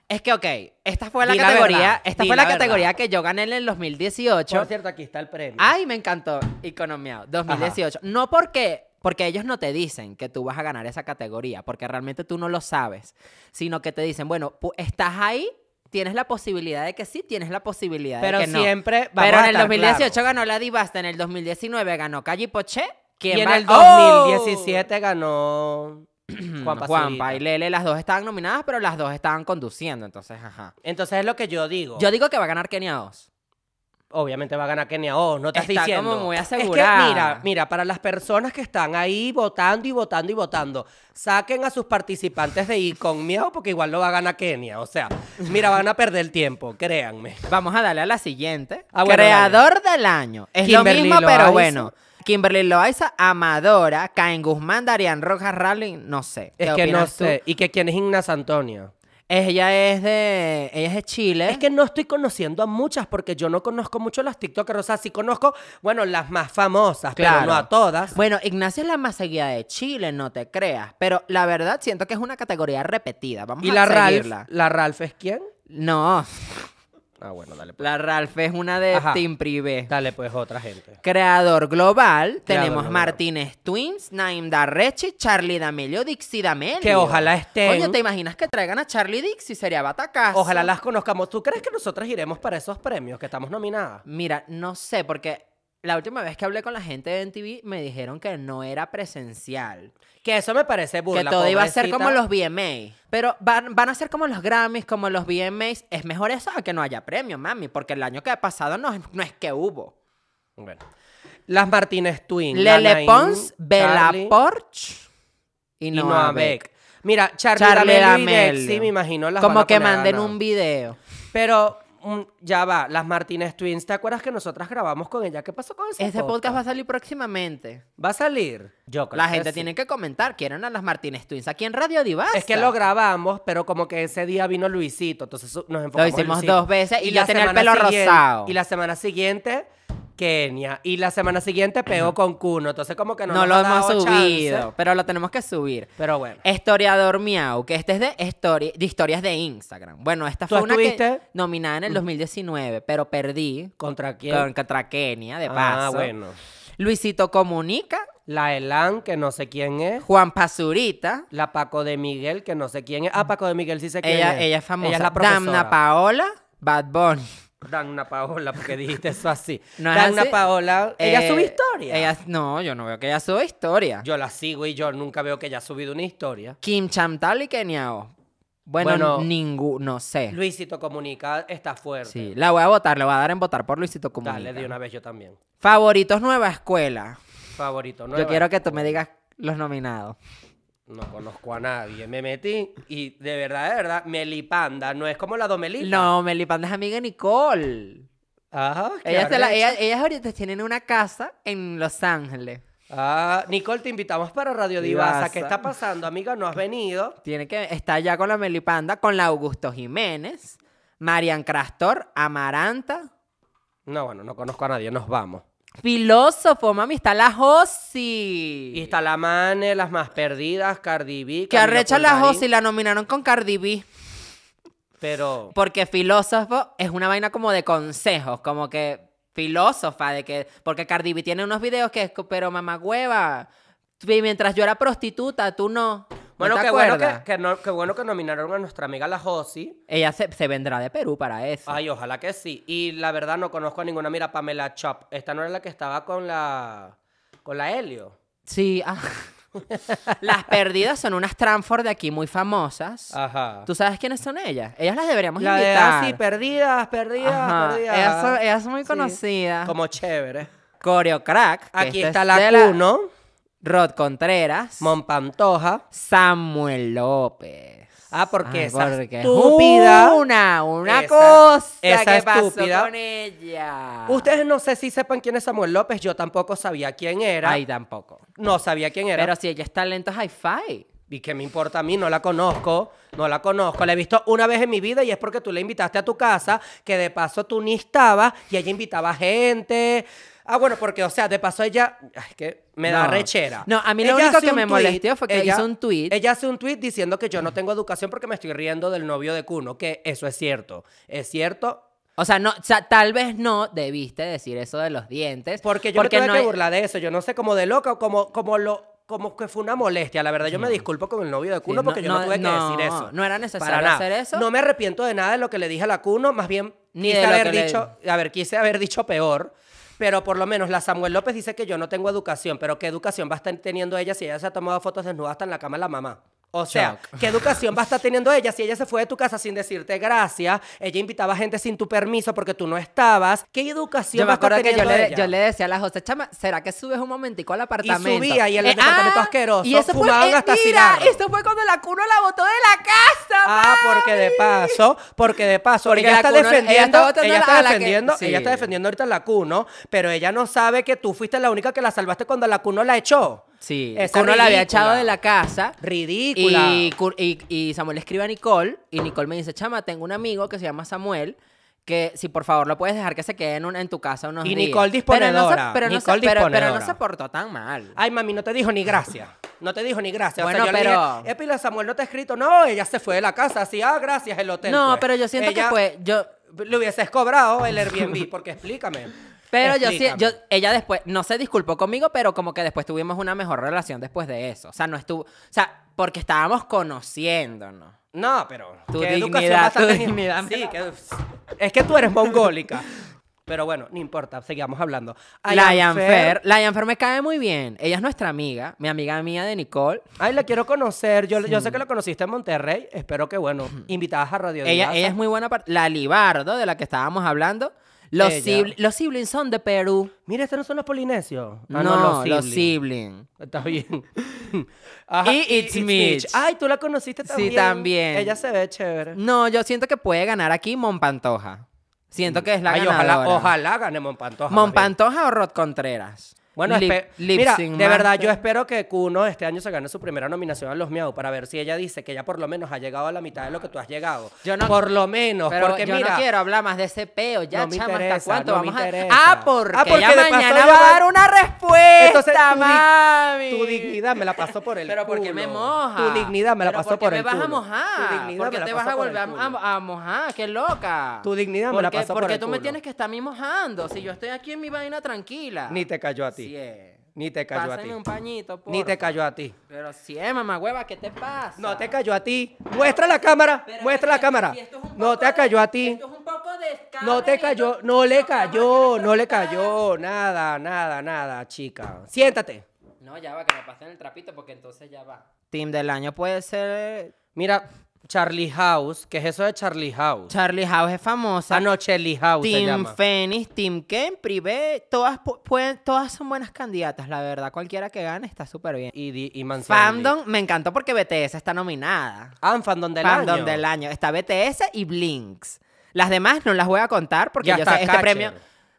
Speaker 2: Es que, ok, esta fue la
Speaker 1: Di la
Speaker 2: categoría.
Speaker 1: verdad,
Speaker 2: esta
Speaker 1: di
Speaker 2: fue la,
Speaker 1: la verdad.
Speaker 2: categoría que yo gané en el 2018.
Speaker 1: Por cierto, aquí está el premio.
Speaker 2: Ay, me encantó. Economiado, 2018. No porque, porque ellos no te dicen que tú vas a ganar esa categoría, porque realmente tú no lo sabes, sino que te dicen, bueno, pu- estás ahí, tienes la posibilidad de que sí, tienes la posibilidad
Speaker 1: pero
Speaker 2: de que no.
Speaker 1: siempre vamos
Speaker 2: Pero
Speaker 1: a
Speaker 2: en el
Speaker 1: estar
Speaker 2: 2018
Speaker 1: claros.
Speaker 2: ganó la Divasta, en el 2019 ganó Calle Poché. ¿Quién
Speaker 1: Y en
Speaker 2: va-
Speaker 1: el
Speaker 2: ¡Oh!
Speaker 1: 2017 ganó Juanpa
Speaker 2: Juanpa
Speaker 1: Zurita.
Speaker 2: y Lele, las dos estaban nominadas, pero las dos estaban conduciendo, entonces, ajá.
Speaker 1: Entonces es lo que yo digo.
Speaker 2: Yo digo que va a ganar Kenia 2.
Speaker 1: Obviamente va a ganar Kenia Oh, no estás
Speaker 2: Está
Speaker 1: diciendo.
Speaker 2: como muy
Speaker 1: Es que,
Speaker 2: asegurada.
Speaker 1: mira, mira, para las personas que están ahí votando y votando y votando, saquen a sus participantes de Icon Miau porque igual lo va a ganar Kenia. O sea, mira, van a perder tiempo, créanme.
Speaker 2: Vamos a darle a la siguiente.
Speaker 1: Ah, bueno,
Speaker 2: Creador del año. Es lo
Speaker 1: Kimberly
Speaker 2: mismo, pero
Speaker 1: Loaiza.
Speaker 2: bueno. Kimberly Loaiza, Amadora, Caen Guzmán, Darian Rojas, Ralling, no sé.
Speaker 1: Es
Speaker 2: ¿Qué
Speaker 1: que no
Speaker 2: opinas tú?
Speaker 1: sé. ¿Y que quién es Ignacio Antonio?
Speaker 2: Ella es de. Ella es de Chile.
Speaker 1: Es que no estoy conociendo a muchas porque yo no conozco mucho las TikTokers. O sea, sí conozco, bueno, las más famosas,
Speaker 2: Claro.
Speaker 1: pero no a todas.
Speaker 2: Bueno, Ignacia es la más seguida de Chile, no te creas. Pero la verdad siento que es una categoría repetida. Vamos
Speaker 1: ¿Y
Speaker 2: a
Speaker 1: la Ralph?
Speaker 2: seguirla.
Speaker 1: ¿La Ralph es quién?
Speaker 2: No.
Speaker 1: Ah, bueno, dale. pues.
Speaker 2: La Ralph es una de
Speaker 1: Ajá.
Speaker 2: Team Privé.
Speaker 1: Dale, pues, otra gente.
Speaker 2: Creador global, tenemos
Speaker 1: global.
Speaker 2: Martínez Twins, Naim Darrechi, Charlie D'Amelio, Dixie D'Amelio.
Speaker 1: Que ojalá estén.
Speaker 2: Oye, ¿te imaginas que traigan a Charlie Dixie? Sería batacazo.
Speaker 1: Ojalá las conozcamos. ¿Tú crees que nosotras iremos para esos premios que estamos nominadas?
Speaker 2: Mira, no sé, porque la última vez que hablé con la gente de NTV me dijeron que no era presencial.
Speaker 1: Que eso me parece burla.
Speaker 2: que todo iba a ser
Speaker 1: pobrecita.
Speaker 2: como los VMAs. Pero van, van a ser como los Grammys, como los VMAs. Es mejor eso a que no haya premio, mami, porque el año que ha pasado no, es- no es que hubo.
Speaker 1: Bueno. Las Martínez Twins.
Speaker 2: Lele
Speaker 1: Lanaín,
Speaker 2: Pons, Bella
Speaker 1: Charlie
Speaker 2: Porch y
Speaker 1: y
Speaker 2: Noah
Speaker 1: Noa
Speaker 2: Beck.
Speaker 1: Beck. Mira, Charlie,
Speaker 2: Charlie
Speaker 1: D'Amelio y
Speaker 2: D'Amelio.
Speaker 1: Dexy, me imagino las van
Speaker 2: Como
Speaker 1: a
Speaker 2: que
Speaker 1: poner a
Speaker 2: manden
Speaker 1: ganar.
Speaker 2: un video.
Speaker 1: Pero mm, ya va, las Martínez Twins, ¿te acuerdas que nosotras grabamos con ella? ¿Qué pasó con ese
Speaker 2: Ese podcast va a salir próximamente.
Speaker 1: ¿Va a salir? Yo creo
Speaker 2: La
Speaker 1: que
Speaker 2: gente
Speaker 1: sí.
Speaker 2: tiene que comentar. Quieren a las Martínez Twins aquí en Radio Divasa.
Speaker 1: Es que lo grabamos, pero como que ese día vino Luisito, entonces su- nos enfocamos en
Speaker 2: hicimos
Speaker 1: Luisito.
Speaker 2: dos veces y yo
Speaker 1: la
Speaker 2: tenía el
Speaker 1: semana
Speaker 2: pelo
Speaker 1: siguiente-
Speaker 2: rosado.
Speaker 1: Y la semana siguiente Kenia. Y la semana siguiente pegó con Kuno. Entonces, como que no,
Speaker 2: No,
Speaker 1: nos
Speaker 2: lo
Speaker 1: ha
Speaker 2: hemos
Speaker 1: dado
Speaker 2: subido,
Speaker 1: chance.
Speaker 2: pero lo tenemos que subir.
Speaker 1: Pero bueno.
Speaker 2: Historiador Miau, que este es de, histori- de historias de Instagram. Bueno, esta
Speaker 1: ¿Tú
Speaker 2: fue una que
Speaker 1: estuviste? Mm.
Speaker 2: nominada en el 2019, pero perdí
Speaker 1: ¿Contra quién?
Speaker 2: Eh, con, contra Kenia, de paso.
Speaker 1: ah, bueno.
Speaker 2: Luisito Comunica,
Speaker 1: La Elan, que no sé quién es.
Speaker 2: Juan Pazurita,
Speaker 1: La Paco de Miguel, que no sé quién es. Ah, Paco de Miguel sí sé quién
Speaker 2: ella,
Speaker 1: es.
Speaker 2: ella es famosa.
Speaker 1: Ella es la profesora.
Speaker 2: Damna Paola, Bad Bunny.
Speaker 1: Dana Paola, porque dijiste eso así.
Speaker 2: ¿No es
Speaker 1: Dana
Speaker 2: así?
Speaker 1: Paola, ella
Speaker 2: Eh,
Speaker 1: sube historia.
Speaker 2: ella- no, yo no veo que ella sube historia.
Speaker 1: Yo la sigo y yo nunca veo que ella ha subido una historia.
Speaker 2: Kim Chantal y Keniao. Bueno,
Speaker 1: Bueno,
Speaker 2: ninguno, no sé.
Speaker 1: Luisito Comunica está fuerte.
Speaker 2: Sí, la voy a votar, le voy a dar en votar por Luisito Comunica.
Speaker 1: Dale, de una vez yo también.
Speaker 2: Favoritos Nueva Escuela.
Speaker 1: Favorito.
Speaker 2: Yo quiero que tú me digas los nominados.
Speaker 1: No conozco a nadie. Me metí y de verdad, de verdad, Melipanda. No es como la Domelita.
Speaker 2: No, Melipanda es amiga de Nicole.
Speaker 1: Ajá. qué
Speaker 2: Ellas, se la-
Speaker 1: arrecho.
Speaker 2: ellas- ellas ahorita tienen una casa en Los Ángeles.
Speaker 1: Ah, Nicole, te invitamos para Radio Divasa.
Speaker 2: Divasa.
Speaker 1: ¿Qué está pasando, amiga? No has venido.
Speaker 2: Tiene que está allá con la Melipanda, con la Augusto Jiménez, Marian Crastor, Amaranta,
Speaker 1: No, bueno, no conozco a nadie. Nos vamos.
Speaker 2: filósofo, mami, está la Josi.
Speaker 1: Y está la Mane, las más perdidas, Cardi B.
Speaker 2: Que
Speaker 1: Camila
Speaker 2: arrecha la
Speaker 1: Culmarín,
Speaker 2: Josi, la nominaron con Cardi B.
Speaker 1: Pero.
Speaker 2: Porque filósofo es una vaina como de consejos, como que filósofa, de que. Porque Cardi B tiene unos videos que es, co- pero mamá hueva, tú- mientras yo era prostituta, tú no. ¿No
Speaker 1: Bueno,
Speaker 2: te
Speaker 1: qué bueno que,
Speaker 2: acuerdas?
Speaker 1: que no- qué bueno que nominaron a nuestra amiga la Josi.
Speaker 2: Ella se, se vendrá de Perú para eso.
Speaker 1: Ay, ojalá que sí. Y la verdad no conozco a ninguna. Mira, Pamela Chop. Esta no era la que estaba con la. con la Helio.
Speaker 2: Sí. ah. las perdidas son unas Tranford de aquí muy famosas.
Speaker 1: Ajá.
Speaker 2: ¿Tú sabes quiénes son ellas? Ellas las deberíamos
Speaker 1: Ah. la de
Speaker 2: invitar.
Speaker 1: así, perdidas, perdidas,
Speaker 2: Ajá,
Speaker 1: perdidas.
Speaker 2: Ellas, son, ellas son muy
Speaker 1: Sí.
Speaker 2: conocidas.
Speaker 1: Como chévere.
Speaker 2: Coreo Crack. que
Speaker 1: Aquí
Speaker 2: esta
Speaker 1: está
Speaker 2: es
Speaker 1: la
Speaker 2: de la-
Speaker 1: Cuno,
Speaker 2: Rod Contreras.
Speaker 1: Monpantoja.
Speaker 2: Samuel López.
Speaker 1: Ah, porque esa
Speaker 2: es
Speaker 1: estúpida-
Speaker 2: Una, una
Speaker 1: Esa-
Speaker 2: cosa
Speaker 1: esa
Speaker 2: que
Speaker 1: estúpida-
Speaker 2: pasó con ella.
Speaker 1: Ustedes no sé si sepan quién es Samuel López. Yo tampoco sabía quién era.
Speaker 2: Ay, tampoco.
Speaker 1: No sabía quién era.
Speaker 2: Pero si ella es talento hi-fi.
Speaker 1: ¿Y qué me importa a mí? No la conozco, no la conozco. La he visto una vez en mi vida y es porque tú la invitaste a tu casa, que de paso tú ni estabas y ella invitaba gente. Ah, bueno, porque, o sea, de paso ella, ay, es que me da
Speaker 2: No.
Speaker 1: rechera.
Speaker 2: No, a mí lo único
Speaker 1: hace
Speaker 2: que
Speaker 1: un
Speaker 2: me
Speaker 1: tuit,
Speaker 2: molestó fue que hizo un tuit.
Speaker 1: Ella hace un tweet diciendo que yo no tengo educación porque me estoy riendo del novio de Cuno, que eso es cierto. Es cierto
Speaker 2: O sea, no, o sea, tal vez no debiste decir eso de los dientes.
Speaker 1: Porque yo me tuve
Speaker 2: no
Speaker 1: que
Speaker 2: es-
Speaker 1: burlar de eso. Yo no sé, como de loca o como, como lo como que fue una molestia. La verdad, yo me disculpo con el novio de Cuno
Speaker 2: no,
Speaker 1: porque yo no,
Speaker 2: no,
Speaker 1: tuve
Speaker 2: no,
Speaker 1: que decir eso.
Speaker 2: no era
Speaker 1: Para
Speaker 2: necesario
Speaker 1: nada.
Speaker 2: hacer eso.
Speaker 1: No me arrepiento de nada de lo que le dije a la Cuno. Más bien,
Speaker 2: Ni
Speaker 1: quise
Speaker 2: de lo
Speaker 1: haber
Speaker 2: que le-
Speaker 1: dicho, a ver, quise haber dicho peor. Pero por lo menos la Samuel López dice que yo no tengo educación. Pero ¿qué educación va a estar teniendo ella si ella se ha tomado fotos desnudas hasta en la cama de la mamá? O sea, ¿qué educación va a estar teniendo ella si ella se fue de tu casa sin decirte gracias? Ella invitaba gente sin tu permiso porque tú no estabas. ¿Qué educación
Speaker 2: Yo
Speaker 1: va
Speaker 2: me
Speaker 1: a estar
Speaker 2: acuerdo que yo
Speaker 1: teniendo
Speaker 2: le,
Speaker 1: ella?
Speaker 2: yo le decía a la José Chama, ¿será que subes un momentico al apartamento? Eh, ah,
Speaker 1: subía, y en el departamento asqueroso
Speaker 2: y eso
Speaker 1: fumaban
Speaker 2: fue, eh,
Speaker 1: hasta
Speaker 2: mira,
Speaker 1: cigarro.
Speaker 2: esto fue cuando la cuno la botó de la casa,
Speaker 1: Ah, porque de paso, porque de paso,
Speaker 2: Porque
Speaker 1: ella
Speaker 2: la
Speaker 1: está
Speaker 2: Q no- ella
Speaker 1: defendiendo,
Speaker 2: está
Speaker 1: ella
Speaker 2: votando a la-
Speaker 1: está,
Speaker 2: a la que-
Speaker 1: defendiendo,
Speaker 2: sí.
Speaker 1: ella está defendiendo ahorita a la Q, ¿no? Pero ella no sabe que tú fuiste la única que la salvaste cuando la Q no la echó.
Speaker 2: Sí,
Speaker 1: Esa
Speaker 2: Cuno la había
Speaker 1: ridícula.
Speaker 2: echado de la casa.
Speaker 1: Ridícula.
Speaker 2: Y, Cu- y- y Samuel le escribe a Nicole y Nicole me dice, chama, tengo un amigo que se llama Samuel que si por favor lo puedes dejar que se quede en, un- en tu casa unos
Speaker 1: Y
Speaker 2: días.
Speaker 1: Nicole disponedora,
Speaker 2: Pero no, se, pero, no se,
Speaker 1: Nicole
Speaker 2: pero- pero no
Speaker 1: disponedora. Ah,
Speaker 2: se portó tan mal.
Speaker 1: Ay, mami, no te dijo ni gracias. No te dijo ni gracias.
Speaker 2: Bueno,
Speaker 1: o sea, yo le
Speaker 2: pero-
Speaker 1: dije, "Epi, la Samuel no te ha escrito. No, ella se fue de la casa. Así, ah, gracias, el hotel.
Speaker 2: no,
Speaker 1: pues.
Speaker 2: pero yo siento
Speaker 1: Ella-
Speaker 2: que fue... Yo,
Speaker 1: Le hubieses cobrado el Airbnb, porque explícame.
Speaker 2: Pero yo sí,
Speaker 1: Explícame.
Speaker 2: yo, ella después, no se disculpó conmigo, pero como que después tuvimos una mejor relación después de eso. O sea, no estuvo, o sea, porque estábamos conociéndonos.
Speaker 1: No, pero.
Speaker 2: Tu
Speaker 1: qué educación
Speaker 2: dignidad,
Speaker 1: bastante
Speaker 2: tu
Speaker 1: ni-
Speaker 2: dignidad.
Speaker 1: Sí, que- es que tú eres mongólica. Pero bueno, no importa, sigamos hablando.
Speaker 2: Lion Fer,
Speaker 1: Fer.
Speaker 2: Lion Fer me cae muy bien. Ella es nuestra amiga, mi amiga mía de Nicole.
Speaker 1: Ay, la quiero conocer. Yo, yo sé que la conociste en Monterrey. Espero que, bueno, invitadas a Radio
Speaker 2: Ella,
Speaker 1: Divasa.
Speaker 2: ella es muy buena para la Libardo de la que estábamos hablando. Los,
Speaker 1: Ella.
Speaker 2: sibl- los siblings son de Perú.
Speaker 1: Mira, estos no son los polinesios.
Speaker 2: no,
Speaker 1: Ah,
Speaker 2: los, siblings.
Speaker 1: siblings. Está bien. Ajá,
Speaker 2: Y It's Mitch.
Speaker 1: Ay, tú la conociste
Speaker 2: Sí,
Speaker 1: también.
Speaker 2: también.
Speaker 1: Ella se ve chévere.
Speaker 2: No, yo siento que puede ganar aquí Monpantoja. Siento que es la
Speaker 1: Mm. Ay,
Speaker 2: ganadora.
Speaker 1: ojalá, ojalá gane Monpantoja. más bien.
Speaker 2: Monpantoja o Rod Contreras.
Speaker 1: Bueno,
Speaker 2: Lip-
Speaker 1: espe-
Speaker 2: Lip
Speaker 1: mira,
Speaker 2: Sync
Speaker 1: de verdad,
Speaker 2: Master.
Speaker 1: yo espero que Kuno este año se gane su primera nominación a los Miau para ver si ella dice que ella por lo menos ha llegado a la mitad de lo que tú has llegado.
Speaker 2: Yo no-
Speaker 1: por lo menos,
Speaker 2: Pero
Speaker 1: porque
Speaker 2: yo
Speaker 1: mira,
Speaker 2: no quiero hablar más de ese peo, ya,
Speaker 1: No me
Speaker 2: chama, ¿hasta
Speaker 1: interesa,
Speaker 2: cuánto
Speaker 1: no me
Speaker 2: vamos a...?
Speaker 1: interesa.
Speaker 2: Ah, porque,
Speaker 1: Ah, porque
Speaker 2: ella
Speaker 1: de paso
Speaker 2: mañana
Speaker 1: yo
Speaker 2: va a
Speaker 1: voy-
Speaker 2: dar una respuesta,
Speaker 1: Entonces, tu di-
Speaker 2: mami.
Speaker 1: tu dignidad me la pasó por el
Speaker 2: Pero ¿por qué
Speaker 1: culo.
Speaker 2: me moja?
Speaker 1: Tu dignidad me la
Speaker 2: ¿Pero
Speaker 1: pasó
Speaker 2: por, qué
Speaker 1: por
Speaker 2: me
Speaker 1: el
Speaker 2: vas a
Speaker 1: culo.
Speaker 2: mojar?
Speaker 1: Tu dignidad
Speaker 2: ¿Por qué
Speaker 1: me la
Speaker 2: te vas
Speaker 1: pasó
Speaker 2: a
Speaker 1: por el
Speaker 2: volver a-
Speaker 1: culo.
Speaker 2: a, a mojar? ¡Qué loca!
Speaker 1: Tu dignidad me
Speaker 2: ¿Por
Speaker 1: la
Speaker 2: qué-
Speaker 1: pasó por
Speaker 2: porque
Speaker 1: el
Speaker 2: tú me
Speaker 1: culo.
Speaker 2: tienes que estar a mí mojando? Si yo estoy aquí en mi vaina tranquila.
Speaker 1: Ni te cayó a ti.
Speaker 2: Sí, eh.
Speaker 1: Ni te cayó
Speaker 2: Pásenme
Speaker 1: a ti.
Speaker 2: un pañito,
Speaker 1: Ni te
Speaker 2: porfa.
Speaker 1: cayó a ti.
Speaker 2: Pero sí, eh, mamá hueva, ¿qué te pasa?
Speaker 1: No te cayó a ti. Muestra la cámara.
Speaker 2: Pero
Speaker 1: Muestra
Speaker 2: es
Speaker 1: la
Speaker 2: que
Speaker 1: cámara.
Speaker 2: si esto es un
Speaker 1: No
Speaker 2: poco
Speaker 1: te
Speaker 2: de-
Speaker 1: cayó a ti.
Speaker 2: esto es un poco de
Speaker 1: No
Speaker 2: cable
Speaker 1: te
Speaker 2: y
Speaker 1: cayó.
Speaker 2: yo-
Speaker 1: No le
Speaker 2: yo jamás
Speaker 1: cayó.
Speaker 2: quiero
Speaker 1: No le
Speaker 2: trompar.
Speaker 1: cayó. Nada, nada, nada, chica. Siéntate.
Speaker 2: No, ya va, que me pasen el trapito porque entonces ya va. Team del año puede ser. eh,
Speaker 1: Mira, Charlie House. ¿Qué es eso de Charlie House?
Speaker 2: Charlie House es famosa.
Speaker 1: Ah, no, Charlie House se
Speaker 2: Team
Speaker 1: llama.
Speaker 2: Phoenix, Team Ken, Privé, todas, pu- pueden, todas son buenas candidatas, la verdad. Cualquiera que gane está súper bien.
Speaker 1: Y, di- y Manzanillo.
Speaker 2: Fandom, me encantó porque BTS está nominada.
Speaker 1: Ah, en Fandom del
Speaker 2: Fandom
Speaker 1: año.
Speaker 2: del año. Está BTS y Blinks. Las demás no las voy a contar porque
Speaker 1: Ya
Speaker 2: yo
Speaker 1: está
Speaker 2: sé, este
Speaker 1: Catcher.
Speaker 2: premio.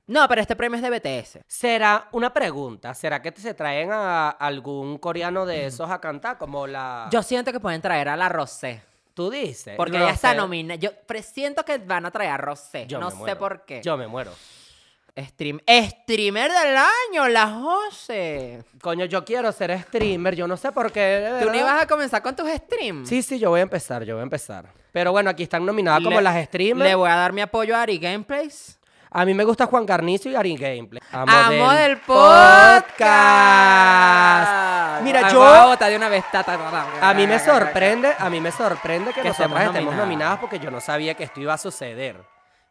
Speaker 2: No, pero este premio es de BTS.
Speaker 1: Será una pregunta. ¿Será que se traen a algún coreano de esos a cantar? Como la.
Speaker 2: Yo siento que pueden traer a la Rosé.
Speaker 1: Tú dices.
Speaker 2: Porque
Speaker 1: Eh, No
Speaker 2: ella está
Speaker 1: sé.
Speaker 2: nominada. Yo presiento que van a traer a Rosé.
Speaker 1: Yo
Speaker 2: no
Speaker 1: me
Speaker 2: sé
Speaker 1: muero.
Speaker 2: por qué.
Speaker 1: Yo me muero.
Speaker 2: Stream... Streamer del año, la Jose.
Speaker 1: Coño, yo quiero ser streamer. Yo no sé por qué. de
Speaker 2: ¿Tú no
Speaker 1: verdad.
Speaker 2: ibas a comenzar con tus streams?
Speaker 1: Sí, sí, yo voy a empezar, yo voy a empezar. Pero bueno, aquí están nominadas como
Speaker 2: Le-
Speaker 1: las
Speaker 2: Le
Speaker 1: streamers.
Speaker 2: voy a dar mi apoyo a Ari Gameplays.
Speaker 1: A mí me gusta Juan Carnizo y Ari Gameplay.
Speaker 2: Amo del podcast.
Speaker 1: podcast. Mira,
Speaker 2: Ah,
Speaker 1: yo-
Speaker 2: voy a votar de una vez. ta, ta, ta, ta.
Speaker 1: A mí me sorprende, a mí me sorprende que,
Speaker 2: Que
Speaker 1: nosotras
Speaker 2: estemos
Speaker 1: estemos
Speaker 2: nominadas.
Speaker 1: nominadas porque yo no sabía que esto iba a suceder.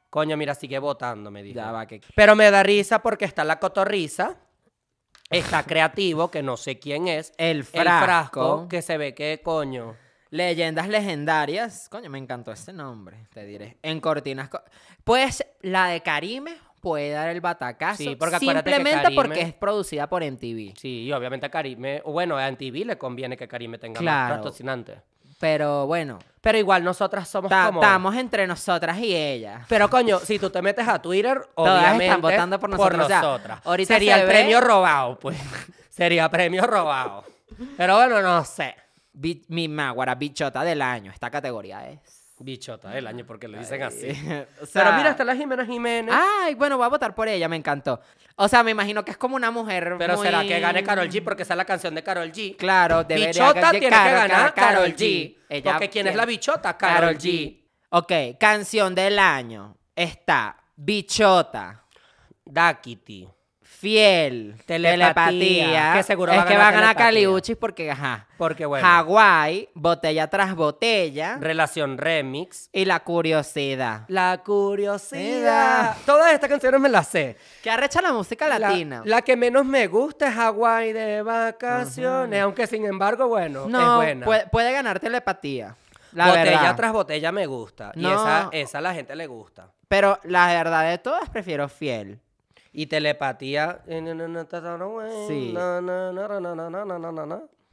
Speaker 1: Coño, mira, sigue votando, me dijo.
Speaker 2: Ya va, que.
Speaker 1: Pero me da risa porque está la cotorriza, está creativo, que no sé quién es,
Speaker 2: El
Speaker 1: el
Speaker 2: frasco.
Speaker 1: frasco, que se ve que, coño.
Speaker 2: Leyendas legendarias. Coño, me encantó ese nombre, te diré. En cortinas. co- Pues la de Karime puede dar el batacazo.
Speaker 1: Sí, porque acuérdate que
Speaker 2: simplemente
Speaker 1: Karime-
Speaker 2: porque es producida por MTV.
Speaker 1: Sí, y obviamente a Karime, o bueno, a Antiví le conviene que Karime tenga
Speaker 2: Claro.
Speaker 1: más ratocinante.
Speaker 2: Pero bueno,
Speaker 1: Pero igual nosotras somos
Speaker 2: ta-
Speaker 1: Pues como...
Speaker 2: estamos entre nosotras y ella.
Speaker 1: Pero coño, si tú te metes a Twitter,
Speaker 2: Todas están
Speaker 1: obviamente
Speaker 2: votando por nosotras, o sea,
Speaker 1: nosotras.
Speaker 2: ahorita
Speaker 1: Sería
Speaker 2: se
Speaker 1: el
Speaker 2: ve-
Speaker 1: premio robado, pues. Sería premio robado. Pero bueno, no sé.
Speaker 2: Bi- mi máguara, bichota del año. Esta categoría es.
Speaker 1: Bichota del año, porque le dicen así.
Speaker 2: O sea, ah,
Speaker 1: Pero mira, está la Jimena Jiménez.
Speaker 2: Ay, bueno, voy a votar por ella, me encantó. O sea, me imagino que es como una mujer.
Speaker 1: Pero
Speaker 2: muy-
Speaker 1: será que gane Carol G, porque esa es la canción de Carol G.
Speaker 2: Claro, debería
Speaker 1: Bichota
Speaker 2: gan-
Speaker 1: tiene
Speaker 2: claro,
Speaker 1: que
Speaker 2: claro,
Speaker 1: ganar Carol G.
Speaker 2: Ella
Speaker 1: Porque ¿quién es
Speaker 2: tiene-
Speaker 1: la bichota?
Speaker 2: Karol
Speaker 1: Carol G.
Speaker 2: Ok, canción del año. Está Bichota,
Speaker 1: Daquiti.
Speaker 2: Fiel,
Speaker 1: Telepatía,
Speaker 2: Telepatía.
Speaker 1: que seguro
Speaker 2: es
Speaker 1: va a
Speaker 2: que
Speaker 1: ganar
Speaker 2: va a ganar
Speaker 1: Telepatía.
Speaker 2: Caliuchis porque, ajá.
Speaker 1: Porque bueno,
Speaker 2: Hawái, botella tras botella.
Speaker 1: relación remix.
Speaker 2: y la curiosidad.
Speaker 1: La curiosidad. Todas estas canciones me las sé.
Speaker 2: Que arrecha la música
Speaker 1: La-
Speaker 2: latina.
Speaker 1: La, que menos me gusta es Hawái de vacaciones, aunque sin embargo, bueno, es
Speaker 2: no,
Speaker 1: buena.
Speaker 2: puede, puede ganar telepatía. La
Speaker 1: botella
Speaker 2: verdad.
Speaker 1: tras botella me gusta. Y
Speaker 2: No.
Speaker 1: esa, esa a la gente le gusta.
Speaker 2: Pero la verdad de todas prefiero fiel.
Speaker 1: Y telepatía. eh, Sí.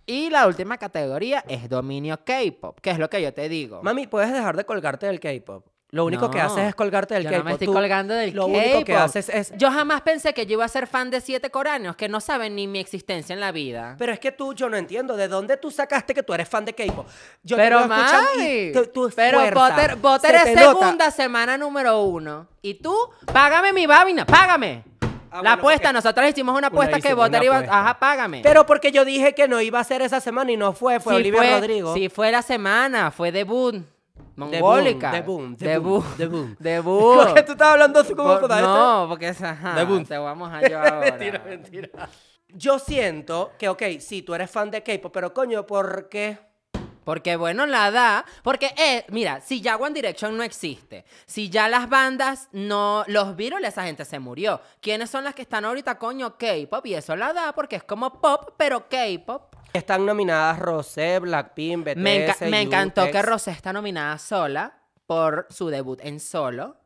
Speaker 2: Y la última categoría es dominio K-pop, que es lo que yo te digo.
Speaker 1: Mami, puedes dejar de colgarte del K-pop. Lo único que
Speaker 2: No,
Speaker 1: haces es colgarte del
Speaker 2: yo
Speaker 1: K-pop.
Speaker 2: no me estoy
Speaker 1: Tú-
Speaker 2: colgando del
Speaker 1: Lo único que
Speaker 2: K-pop.
Speaker 1: haces es.
Speaker 2: Yo jamás pensé que yo iba a ser fan de siete coráneos que no saben ni mi existencia en la vida.
Speaker 1: Pero es que tú, yo no entiendo, ¿de dónde tú sacaste que tú eres fan de K-pop? Yo te
Speaker 2: pero
Speaker 1: veo escuchando y
Speaker 2: mami,
Speaker 1: tu- tu
Speaker 2: pero
Speaker 1: fuerza
Speaker 2: Potter, Potter
Speaker 1: se
Speaker 2: es
Speaker 1: te nota.
Speaker 2: segunda semana número uno. Y tú, págame mi babina, págame.
Speaker 1: Ah,
Speaker 2: la
Speaker 1: bueno,
Speaker 2: apuesta,
Speaker 1: porque-
Speaker 2: nosotros hicimos una apuesta que
Speaker 1: hicimos una
Speaker 2: Potter iba,
Speaker 1: apuesta.
Speaker 2: ajá, págame.
Speaker 1: Pero porque yo dije que no iba a ser esa semana y no fue, fue
Speaker 2: Sí
Speaker 1: Olivia
Speaker 2: fue-
Speaker 1: Rodrigo.
Speaker 2: Sí, fue la semana, fue debut.
Speaker 1: The
Speaker 2: Mongólica.
Speaker 1: Boom, The
Speaker 2: The
Speaker 1: Boom,
Speaker 2: Boom.
Speaker 1: The Boom.
Speaker 2: The
Speaker 1: ¿Por
Speaker 2: Boom.
Speaker 1: qué tú estás hablando así como
Speaker 2: Por-
Speaker 1: con
Speaker 2: no, porque es ajá.
Speaker 1: The Boom.
Speaker 2: Te vamos a yo ahora.
Speaker 1: mentira, mentira. Yo siento que, ok, sí, tú eres fan de K-pop, pero coño, ¿por qué?
Speaker 2: Porque bueno, la da. Porque, eh, mira, si ya One Direction no existe, si ya las bandas no. Los Beatles, esa gente se murió. ¿Quiénes son las que están ahorita, coño? K-pop. Y eso la da porque es como pop, pero K-pop.
Speaker 1: Están nominadas Rosé, Blackpink, BTS,
Speaker 2: Me, enca- me encantó que
Speaker 1: BTS.
Speaker 2: Rosé está nominada sola por su debut en solo.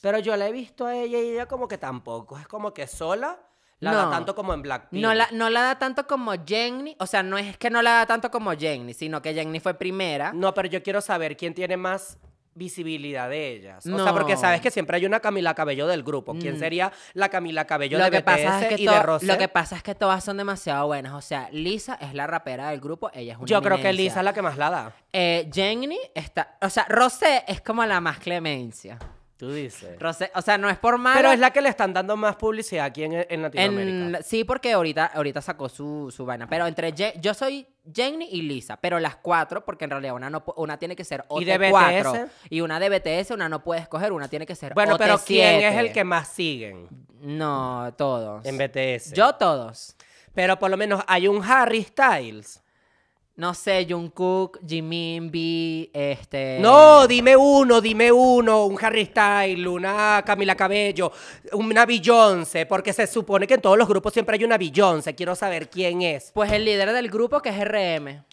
Speaker 1: Pero yo la he visto a ella y ella como que tampoco. Es como que sola la da
Speaker 2: No.
Speaker 1: tanto como en Blackpink.
Speaker 2: No la, no la da tanto como Jenny. O sea, no es que no la da tanto como Jenny, sino que Jenny fue primera.
Speaker 1: No, pero yo quiero saber quién tiene más visibilidad de ellas. O sea,
Speaker 2: No.
Speaker 1: porque sabes que siempre hay una Camila Cabello del grupo. ¿Quién
Speaker 2: Mm.
Speaker 1: sería la Camila Cabello
Speaker 2: Lo
Speaker 1: de
Speaker 2: que,
Speaker 1: BTS
Speaker 2: pasa es que
Speaker 1: y
Speaker 2: to-
Speaker 1: de
Speaker 2: lo
Speaker 1: Rosé?
Speaker 2: que pasa es que todas son demasiado buenas. O sea, Lisa es la rapera del grupo, ella es una
Speaker 1: Yo creo que
Speaker 2: eminencia.
Speaker 1: Lisa es la que más la da.
Speaker 2: Eh, Jenny está... O sea, Rosé es como la más clemencia.
Speaker 1: Tú dices.
Speaker 2: Rosé, o sea, no es por malo.
Speaker 1: Pero es la que le están dando más publicidad aquí en, en Latinoamérica.
Speaker 2: En- sí, porque ahorita, ahorita sacó su, su vaina. Pero entre Ye- yo soy Jenny y Lisa, pero las cuatro, porque en realidad una no pu- una tiene que ser
Speaker 1: ¿Y de
Speaker 2: OT4
Speaker 1: BTS?
Speaker 2: y una de BTS, una no puede escoger, una tiene que ser
Speaker 1: Bueno, pero ¿quién
Speaker 2: OT7.
Speaker 1: es el que más siguen
Speaker 2: No, todos.
Speaker 1: en BTS?
Speaker 2: Yo todos.
Speaker 1: Pero por lo menos hay un Harry Styles.
Speaker 2: No sé, Jungkook, Jimin, B, este
Speaker 1: No, dime uno, dime uno, un Harry Styles, una Camila Cabello, una Beyoncé, porque se supone que en todos los grupos siempre hay una Beyoncé. Quiero saber quién es.
Speaker 2: Pues el líder del grupo que es RM,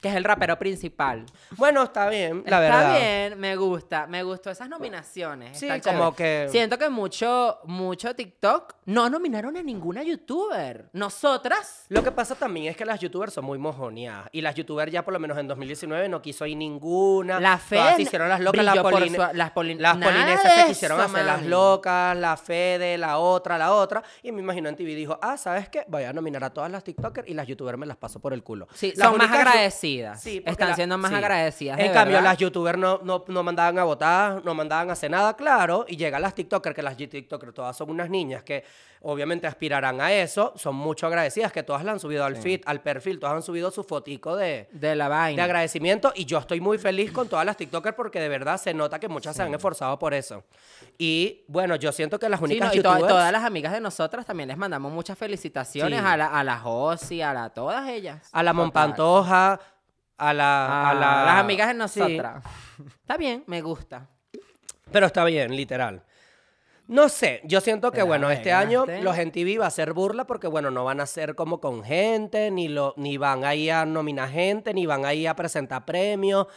Speaker 2: que es el rapero principal.
Speaker 1: Bueno, está bien, la
Speaker 2: Está
Speaker 1: verdad.
Speaker 2: bien, me gusta, me gustó esas nominaciones.
Speaker 1: Sí,
Speaker 2: está
Speaker 1: como
Speaker 2: chévere.
Speaker 1: que-
Speaker 2: Siento que mucho, mucho TikTok no nominaron a ninguna youtuber. Nosotras.
Speaker 1: Lo que pasa también es que las youtubers son muy mojoneadas. Y las youtubers ya por lo menos en 2019 no quiso ir ninguna.
Speaker 2: La Fede
Speaker 1: Todas se hicieron las locas. Las,
Speaker 2: brilló por
Speaker 1: poline-
Speaker 2: su- las polin-
Speaker 1: las
Speaker 2: nada
Speaker 1: polinesas se
Speaker 2: de
Speaker 1: quisieron
Speaker 2: eso,
Speaker 1: hacer las
Speaker 2: mami.
Speaker 1: locas. La Fede, la otra, la otra. Y me imagino en TV dijo, ah, ¿sabes qué? Voy a nominar a todas las TikTokers y las youtubers me las paso por el culo.
Speaker 2: Sí,
Speaker 1: Las
Speaker 2: son más
Speaker 1: únicas yo-
Speaker 2: agradecidas.
Speaker 1: Sí, porque
Speaker 2: Están
Speaker 1: la-
Speaker 2: siendo más
Speaker 1: sí.
Speaker 2: agradecidas. de
Speaker 1: En cambio,
Speaker 2: verdad.
Speaker 1: las youtubers no, no, no mandaban a votar, no mandaban a hacer nada, claro. Y llegan las TikTokers, que las TikTokers todas son unas niñas que obviamente aspirarán a eso. Son mucho agradecidas, que todas la han subido al feed, al perfil, todas han subido su fotico de,
Speaker 2: de la
Speaker 1: de
Speaker 2: vaina.
Speaker 1: agradecimiento. Y yo estoy muy feliz con todas las TikTokers porque de verdad se nota que muchas se han esforzado por eso. Y bueno, yo siento que las
Speaker 2: Sí,
Speaker 1: únicas
Speaker 2: no, y to-
Speaker 1: youtubers.
Speaker 2: todas las amigas de nosotras también les mandamos muchas felicitaciones
Speaker 1: Sí.
Speaker 2: a la, a la Josi, a la todas ellas.
Speaker 1: A la
Speaker 2: Total.
Speaker 1: Monpantoja, a la.
Speaker 2: A,
Speaker 1: a la-
Speaker 2: las amigas de
Speaker 1: Sí.
Speaker 2: nosotras. Está bien, me gusta.
Speaker 1: Pero está bien, literal. No sé, yo siento
Speaker 2: Te
Speaker 1: que
Speaker 2: la
Speaker 1: bueno, este año
Speaker 2: arreglaste.
Speaker 1: los NTV va a ser burla porque bueno, no van a ser como con gente, ni lo, ni van ahí a nominar gente, ni van ahí a presentar premios.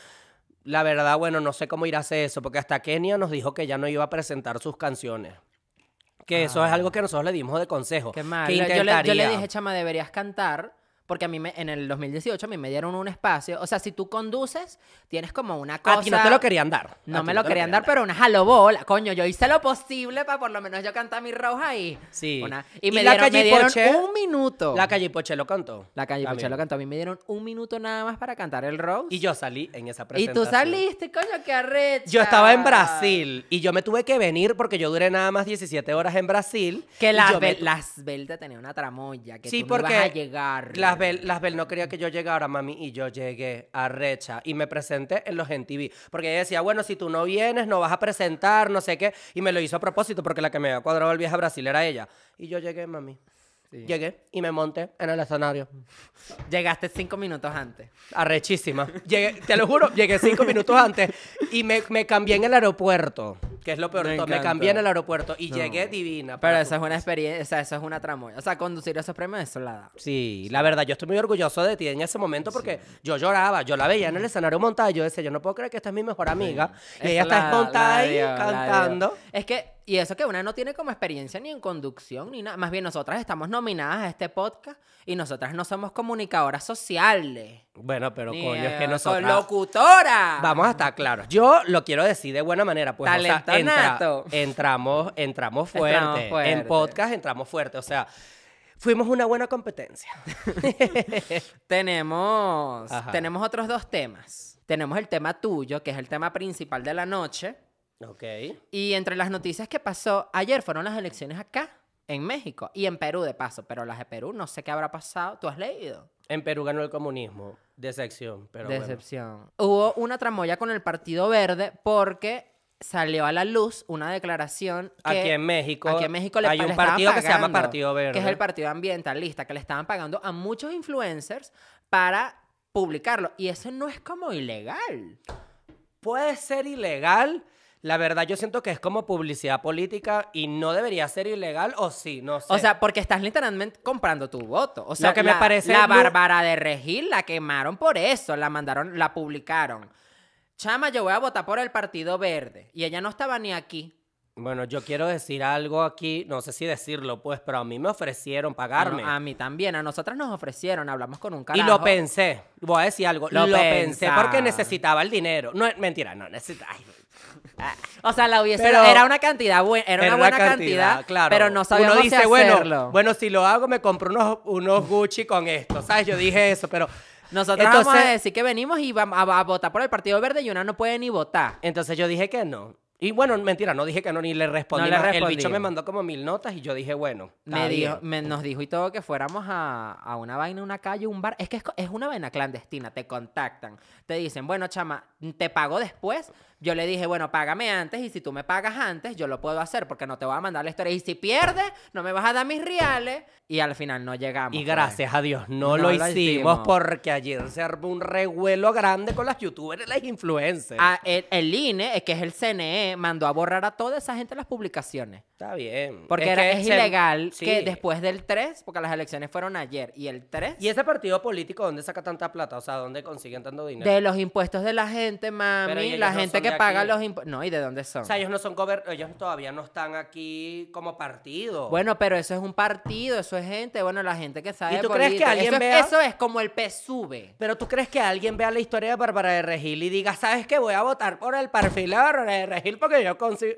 Speaker 1: La verdad, bueno, no sé cómo irá a hacer eso, porque hasta Kenia nos dijo que ya no iba a presentar sus canciones. Que eso es algo que nosotros le dimos de consejo.
Speaker 2: Ah. Qué mal.
Speaker 1: Que
Speaker 2: Yo- yo, le, yo le
Speaker 1: intentaría.
Speaker 2: dije, chama, deberías cantar. Porque a mí me- en el 2018 a mí me dieron un espacio. O sea, si tú conduces, tienes como una cosa.
Speaker 1: a ti Ah, no te lo querían dar.
Speaker 2: No
Speaker 1: A ti
Speaker 2: me
Speaker 1: no
Speaker 2: lo
Speaker 1: te
Speaker 2: querían dar, pero una jalobola. Coño, yo hice lo posible para por lo menos yo cantar mi roja ahí.
Speaker 1: Sí.
Speaker 2: Una-
Speaker 1: Y
Speaker 2: y me
Speaker 1: la
Speaker 2: dieron, me
Speaker 1: Calle
Speaker 2: dieron
Speaker 1: Poche-
Speaker 2: un minuto.
Speaker 1: La calle Poche lo cantó.
Speaker 2: La calle Poche
Speaker 1: También.
Speaker 2: lo cantó. A mí me dieron un minuto nada más para cantar el Rose.
Speaker 1: Y yo salí en esa
Speaker 2: Y
Speaker 1: presentación.
Speaker 2: tú saliste, coño, qué arrecha.
Speaker 1: Yo estaba en Brasil y yo me tuve que venir porque yo duré nada más 17 horas en Brasil.
Speaker 2: Que
Speaker 1: y
Speaker 2: las
Speaker 1: yo me
Speaker 2: Bel,
Speaker 1: tu-
Speaker 2: las Bel te tenía una tramoya. Que
Speaker 1: Sí,
Speaker 2: tú no
Speaker 1: porque
Speaker 2: ibas a llegar.
Speaker 1: Las Bel, las Bel no quería que yo llegara, mami, y yo llegué a Recha y me presenté en los NTV. Porque ella decía, bueno, si tú no vienes, no vas a presentar, no sé qué. Y me lo hizo a propósito porque la que me había cuadrado el viaje a Brasil era ella. Y yo llegué, mami.
Speaker 2: Sí.
Speaker 1: Llegué y me monté en el escenario.
Speaker 2: Llegaste cinco minutos antes.
Speaker 1: Arrechísima. Llegué, te lo juro, llegué cinco minutos antes y me, me cambié en el aeropuerto, que es lo peor.
Speaker 2: Me
Speaker 1: de todo. Me
Speaker 2: encanta.
Speaker 1: cambié en el aeropuerto y
Speaker 2: No.
Speaker 1: llegué divina.
Speaker 2: Pero
Speaker 1: para
Speaker 2: eso
Speaker 1: tu-
Speaker 2: es una experiencia, o sea, eso es una tramoya. O sea, conducir esos premios, eso la da.
Speaker 1: Sí, la verdad, yo estoy muy orgulloso de ti en ese momento porque yo lloraba, yo la veía en el escenario montada y yo decía, yo no puedo creer que esta es mi mejor amiga. Y ella
Speaker 2: Eso la
Speaker 1: está
Speaker 2: da,
Speaker 1: montada
Speaker 2: la
Speaker 1: ahí
Speaker 2: dio, la
Speaker 1: cantando.
Speaker 2: dio. Es que, y eso que una no tiene como experiencia ni en conducción ni nada. Más bien, nosotras estamos nominadas a este podcast y nosotras no somos comunicadoras sociales.
Speaker 1: Bueno, pero
Speaker 2: Ni,
Speaker 1: coño, es que
Speaker 2: eh,
Speaker 1: nosotros...
Speaker 2: ¡Locutora!
Speaker 1: Vamos a estar claros. Yo lo quiero decir de buena manera, pues o sea,
Speaker 2: Talento
Speaker 1: entra-
Speaker 2: nato.
Speaker 1: entramos, entramos fuerte.
Speaker 2: Entramos fuerte.
Speaker 1: En podcast entramos fuerte. O sea, fuimos una buena competencia.
Speaker 2: Tenemos,
Speaker 1: Ajá.
Speaker 2: tenemos otros dos temas. Tenemos el tema tuyo, que es el tema principal de la noche.
Speaker 1: Ok.
Speaker 2: Y entre las noticias que pasó ayer fueron las elecciones acá, en México y en Perú de paso, pero las de Perú no sé qué habrá pasado. ¿Tú has leído?
Speaker 1: En Perú ganó el comunismo. Decepción, pero bueno.
Speaker 2: Decepción. Hubo una tramoya con el Partido Verde porque salió a la luz una declaración que
Speaker 1: Aquí en México,
Speaker 2: aquí en México le
Speaker 1: hay
Speaker 2: pa- le
Speaker 1: un
Speaker 2: estaban
Speaker 1: partido que se llama
Speaker 2: pagando,
Speaker 1: Partido Verde.
Speaker 2: que es el Partido Ambientalista, que le estaban pagando a muchos influencers para publicarlo y eso no es como ilegal.
Speaker 1: Puede ser ilegal. La verdad, yo siento que es como publicidad política y no debería ser ilegal, o sí, no sé.
Speaker 2: O sea, porque estás literalmente comprando tu voto. O sea,
Speaker 1: que me
Speaker 2: la-
Speaker 1: parece
Speaker 2: La
Speaker 1: lo-
Speaker 2: Bárbara de Regil la quemaron por eso, la mandaron, la publicaron. Chama, yo voy a votar por el Partido Verde. Y ella no estaba ni aquí.
Speaker 1: Bueno, yo quiero decir algo aquí, no sé si decirlo, pues, pero a mí me ofrecieron pagarme.
Speaker 2: No, a mí también, a nosotras nos ofrecieron, hablamos con un
Speaker 1: y
Speaker 2: carajo.
Speaker 1: lo pensé, voy a decir algo,
Speaker 2: Lo
Speaker 1: lo, pensé
Speaker 2: pensaron.
Speaker 1: porque necesitaba el dinero. No, mentira, no necesitaba.
Speaker 2: O sea, la hubiese
Speaker 1: Pero-
Speaker 2: era una cantidad buena, era, una buena cantidad, pero no sabíamos
Speaker 1: Uno
Speaker 2: si
Speaker 1: dice, bueno,
Speaker 2: hacerlo.
Speaker 1: bueno, si lo hago me compro unos, unos Gucci con esto, ¿sabes? Yo dije eso, pero
Speaker 2: Nosotros vamos a
Speaker 1: entonces-
Speaker 2: decir que venimos y vamos a, a votar por el Partido Verde y una no puede ni votar.
Speaker 1: entonces yo dije que no. Y bueno, mentira, no dije que no, ni le respondí.
Speaker 2: le
Speaker 1: nada.
Speaker 2: respondí.
Speaker 1: El bicho me mandó como mil notas y yo dije, bueno,
Speaker 2: Me dijo, me- nos dijo y todo que fuéramos a, a una vaina, una calle, un bar. Es que es, co- es una vaina clandestina, te contactan, te dicen, bueno, chama, te pago después. Yo le dije, bueno, págame antes y si tú me pagas antes, yo lo puedo hacer porque no te voy a mandar la historia. Y si pierdes, no me vas a dar mis reales. Y al final no llegamos.
Speaker 1: Y
Speaker 2: pues.
Speaker 1: gracias a Dios
Speaker 2: No
Speaker 1: no, lo,
Speaker 2: lo
Speaker 1: hicimos,
Speaker 2: hicimos.
Speaker 1: porque ayer se armó un revuelo grande con las youtubers y las influencers.
Speaker 2: Ah, el, el INE, eh, que es el CNE, mandó a borrar a toda esa gente las publicaciones.
Speaker 1: Está bien.
Speaker 2: Porque
Speaker 1: Es
Speaker 2: era,
Speaker 1: que
Speaker 2: es
Speaker 1: se-
Speaker 2: ilegal que
Speaker 1: sí.
Speaker 2: después del 3, porque las elecciones fueron ayer, y el 3
Speaker 1: ¿Y ese partido político dónde saca tanta plata? O sea, ¿dónde consiguen tanto dinero?
Speaker 2: de los impuestos de la gente,
Speaker 1: Pero y
Speaker 2: mami,
Speaker 1: ellos
Speaker 2: la
Speaker 1: no
Speaker 2: gente
Speaker 1: son
Speaker 2: que
Speaker 1: de
Speaker 2: paga
Speaker 1: aquí.
Speaker 2: los impuestos. No, ¿y de dónde son?
Speaker 1: O sea, ellos no son gober- ellos todavía no están aquí como partido.
Speaker 2: bueno, pero eso es un partido, eso es gente, bueno, la gente que sabe.
Speaker 1: ¿Y
Speaker 2: de
Speaker 1: tú crees que
Speaker 2: política.
Speaker 1: alguien
Speaker 2: eso,
Speaker 1: vea?
Speaker 2: es, eso es como el PSUV.
Speaker 1: Pero tú crees que alguien vea la historia de Bárbara de Regil y diga, ¿sabes qué? Voy a votar por el perfil de Bárbara de Regil porque yo consigo.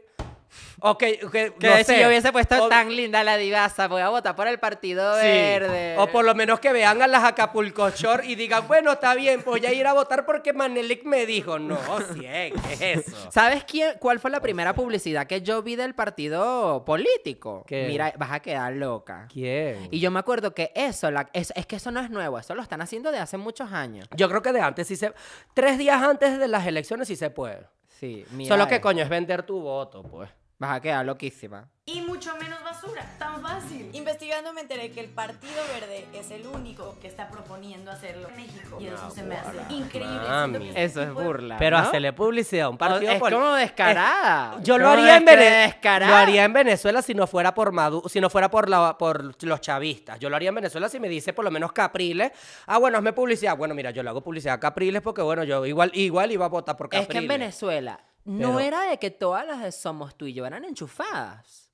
Speaker 1: O que, o que,
Speaker 2: Que
Speaker 1: no
Speaker 2: si
Speaker 1: sé.
Speaker 2: yo hubiese puesto
Speaker 1: O-
Speaker 2: tan linda la divasa, voy a votar por el Partido
Speaker 1: Sí.
Speaker 2: Verde.
Speaker 1: O por lo menos que vean a las Acapulco Shore y digan, bueno, está bien, voy a ir a votar porque Manelik me dijo. No, cien, ¿qué es eso?
Speaker 2: ¿Sabes quién, cuál
Speaker 1: Pues
Speaker 2: fue la primera publicidad que yo vi del partido político?
Speaker 1: ¿Qué?
Speaker 2: Mira, vas a quedar loca.
Speaker 1: ¿Quién?
Speaker 2: Y yo me acuerdo que eso, la, es, es que eso no es nuevo, eso lo están haciendo de hace muchos años.
Speaker 1: Yo creo que de antes sí se... Tres días antes de las elecciones sí se puede.
Speaker 2: Sí, mira.
Speaker 1: Solo que
Speaker 2: eh,
Speaker 1: coño es vender tu voto, pues.
Speaker 2: Vas a quedar loquísima.
Speaker 3: y mucho menos basura. Tan fácil.
Speaker 4: Investigando me enteré que el Partido Verde es el único que está proponiendo hacerlo en México. Y eso se me hace increíble.
Speaker 1: Mami.
Speaker 4: Siento que ese
Speaker 2: Eso es
Speaker 4: tipo de-
Speaker 2: burla.
Speaker 1: Pero
Speaker 2: ¿no?
Speaker 1: hacerle publicidad a un partido
Speaker 2: es
Speaker 1: poli-
Speaker 2: como descarada.
Speaker 1: Es- Yo lo
Speaker 2: Como
Speaker 1: haría en
Speaker 2: desca-
Speaker 1: Venezuela.
Speaker 2: descarada.
Speaker 1: Lo haría en Venezuela si no fuera por Madu- si no fuera por la- por los chavistas. Yo lo haría en Venezuela si me dice por lo menos Capriles. Ah, bueno, hazme publicidad. Bueno, mira, yo le hago publicidad a Capriles porque bueno, yo igual igual iba a votar por
Speaker 2: Es
Speaker 1: Capriles.
Speaker 2: que en Venezuela no
Speaker 1: Pero-
Speaker 2: era de que todas las de Somos tú y yo eran enchufadas.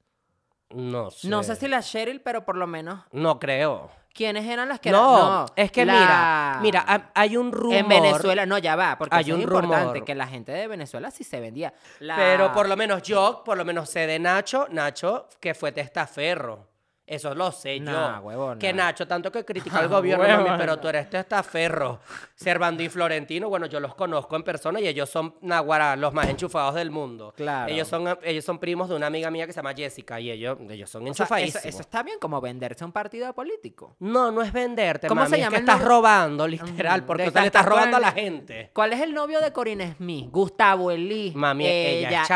Speaker 1: No sé.
Speaker 2: No sé si la Cheryl, pero por lo menos
Speaker 1: No creo.
Speaker 2: quiénes eran las que eran.
Speaker 1: No, es que
Speaker 2: la-
Speaker 1: mira, mira, ha- hay un rumor.
Speaker 2: En Venezuela, no, ya va, porque
Speaker 1: Hay
Speaker 2: eso
Speaker 1: un
Speaker 2: es importante
Speaker 1: rumor.
Speaker 2: que la gente de Venezuela sí se vendía. La-
Speaker 1: Pero por lo menos yo, por lo menos sé de Nacho, Nacho que fue testaferro. Eso lo sé
Speaker 2: Nah,
Speaker 1: yo.
Speaker 2: huevona.
Speaker 1: Que Nacho, tanto que critica al gobierno, mami, pero tú eres testaferro. Servando y Florentino, bueno, yo los conozco en persona y ellos son, naguará, los más enchufados del mundo.
Speaker 2: Claro.
Speaker 1: Ellos son, ellos son primos de una amiga mía que se llama Jessica y ellos, ellos son
Speaker 2: O sea, eso,
Speaker 1: enchufadísimos.
Speaker 2: eso está bien como venderse a un partido político.
Speaker 1: No, no es venderte,
Speaker 2: ¿Cómo
Speaker 1: mami,
Speaker 2: se
Speaker 1: es
Speaker 2: llama
Speaker 1: que
Speaker 2: el
Speaker 1: estás
Speaker 2: nombre?
Speaker 1: robando, literal,
Speaker 2: Ujú.
Speaker 1: porque
Speaker 2: De-
Speaker 1: o sea, le
Speaker 2: estás
Speaker 1: estás robando a
Speaker 2: con
Speaker 1: la
Speaker 2: el-
Speaker 1: gente.
Speaker 2: ¿Cuál es el novio de Corinne Smith? Gustavo Elí.
Speaker 1: Mami, ella, es
Speaker 2: ella es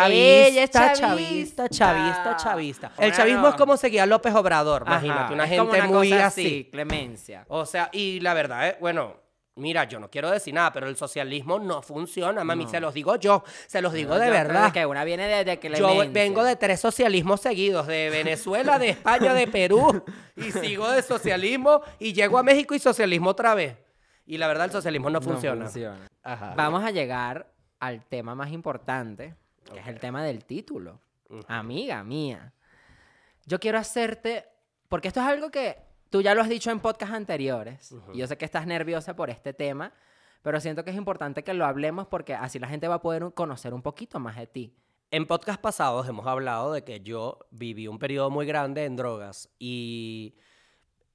Speaker 1: chavista,
Speaker 2: chavista,
Speaker 1: chavista, chavista, chavista. El
Speaker 2: Bueno.
Speaker 1: chavismo es como seguía López Obrador,
Speaker 2: Ajá,
Speaker 1: imagínate, una
Speaker 2: es
Speaker 1: gente
Speaker 2: como una
Speaker 1: muy
Speaker 2: cosa
Speaker 1: así.
Speaker 2: Clemencia.
Speaker 1: O sea, y la verdad, eh, bueno, mira, yo no quiero decir nada, pero el socialismo no funciona, mami, se los digo yo, se los digo de
Speaker 2: Yo creo
Speaker 1: verdad.
Speaker 2: Que una viene de, de Clemencia.
Speaker 1: Yo vengo de tres socialismos seguidos, de Venezuela, de España, de Perú, y sigo de socialismo y llego a México y socialismo otra vez. Y la verdad, el socialismo no
Speaker 2: No
Speaker 1: funciona.
Speaker 2: funciona.
Speaker 1: Ajá.
Speaker 2: Vamos a llegar al tema más importante, que es el tema del título. Amiga mía, yo quiero hacerte, porque esto es algo que tú ya lo has dicho en podcasts anteriores, y yo sé que estás nerviosa por este tema, pero siento que es importante que lo hablemos porque así la gente va a poder un- conocer un poquito más de ti.
Speaker 1: En podcast pasados hemos hablado de que yo viví un periodo muy grande en drogas y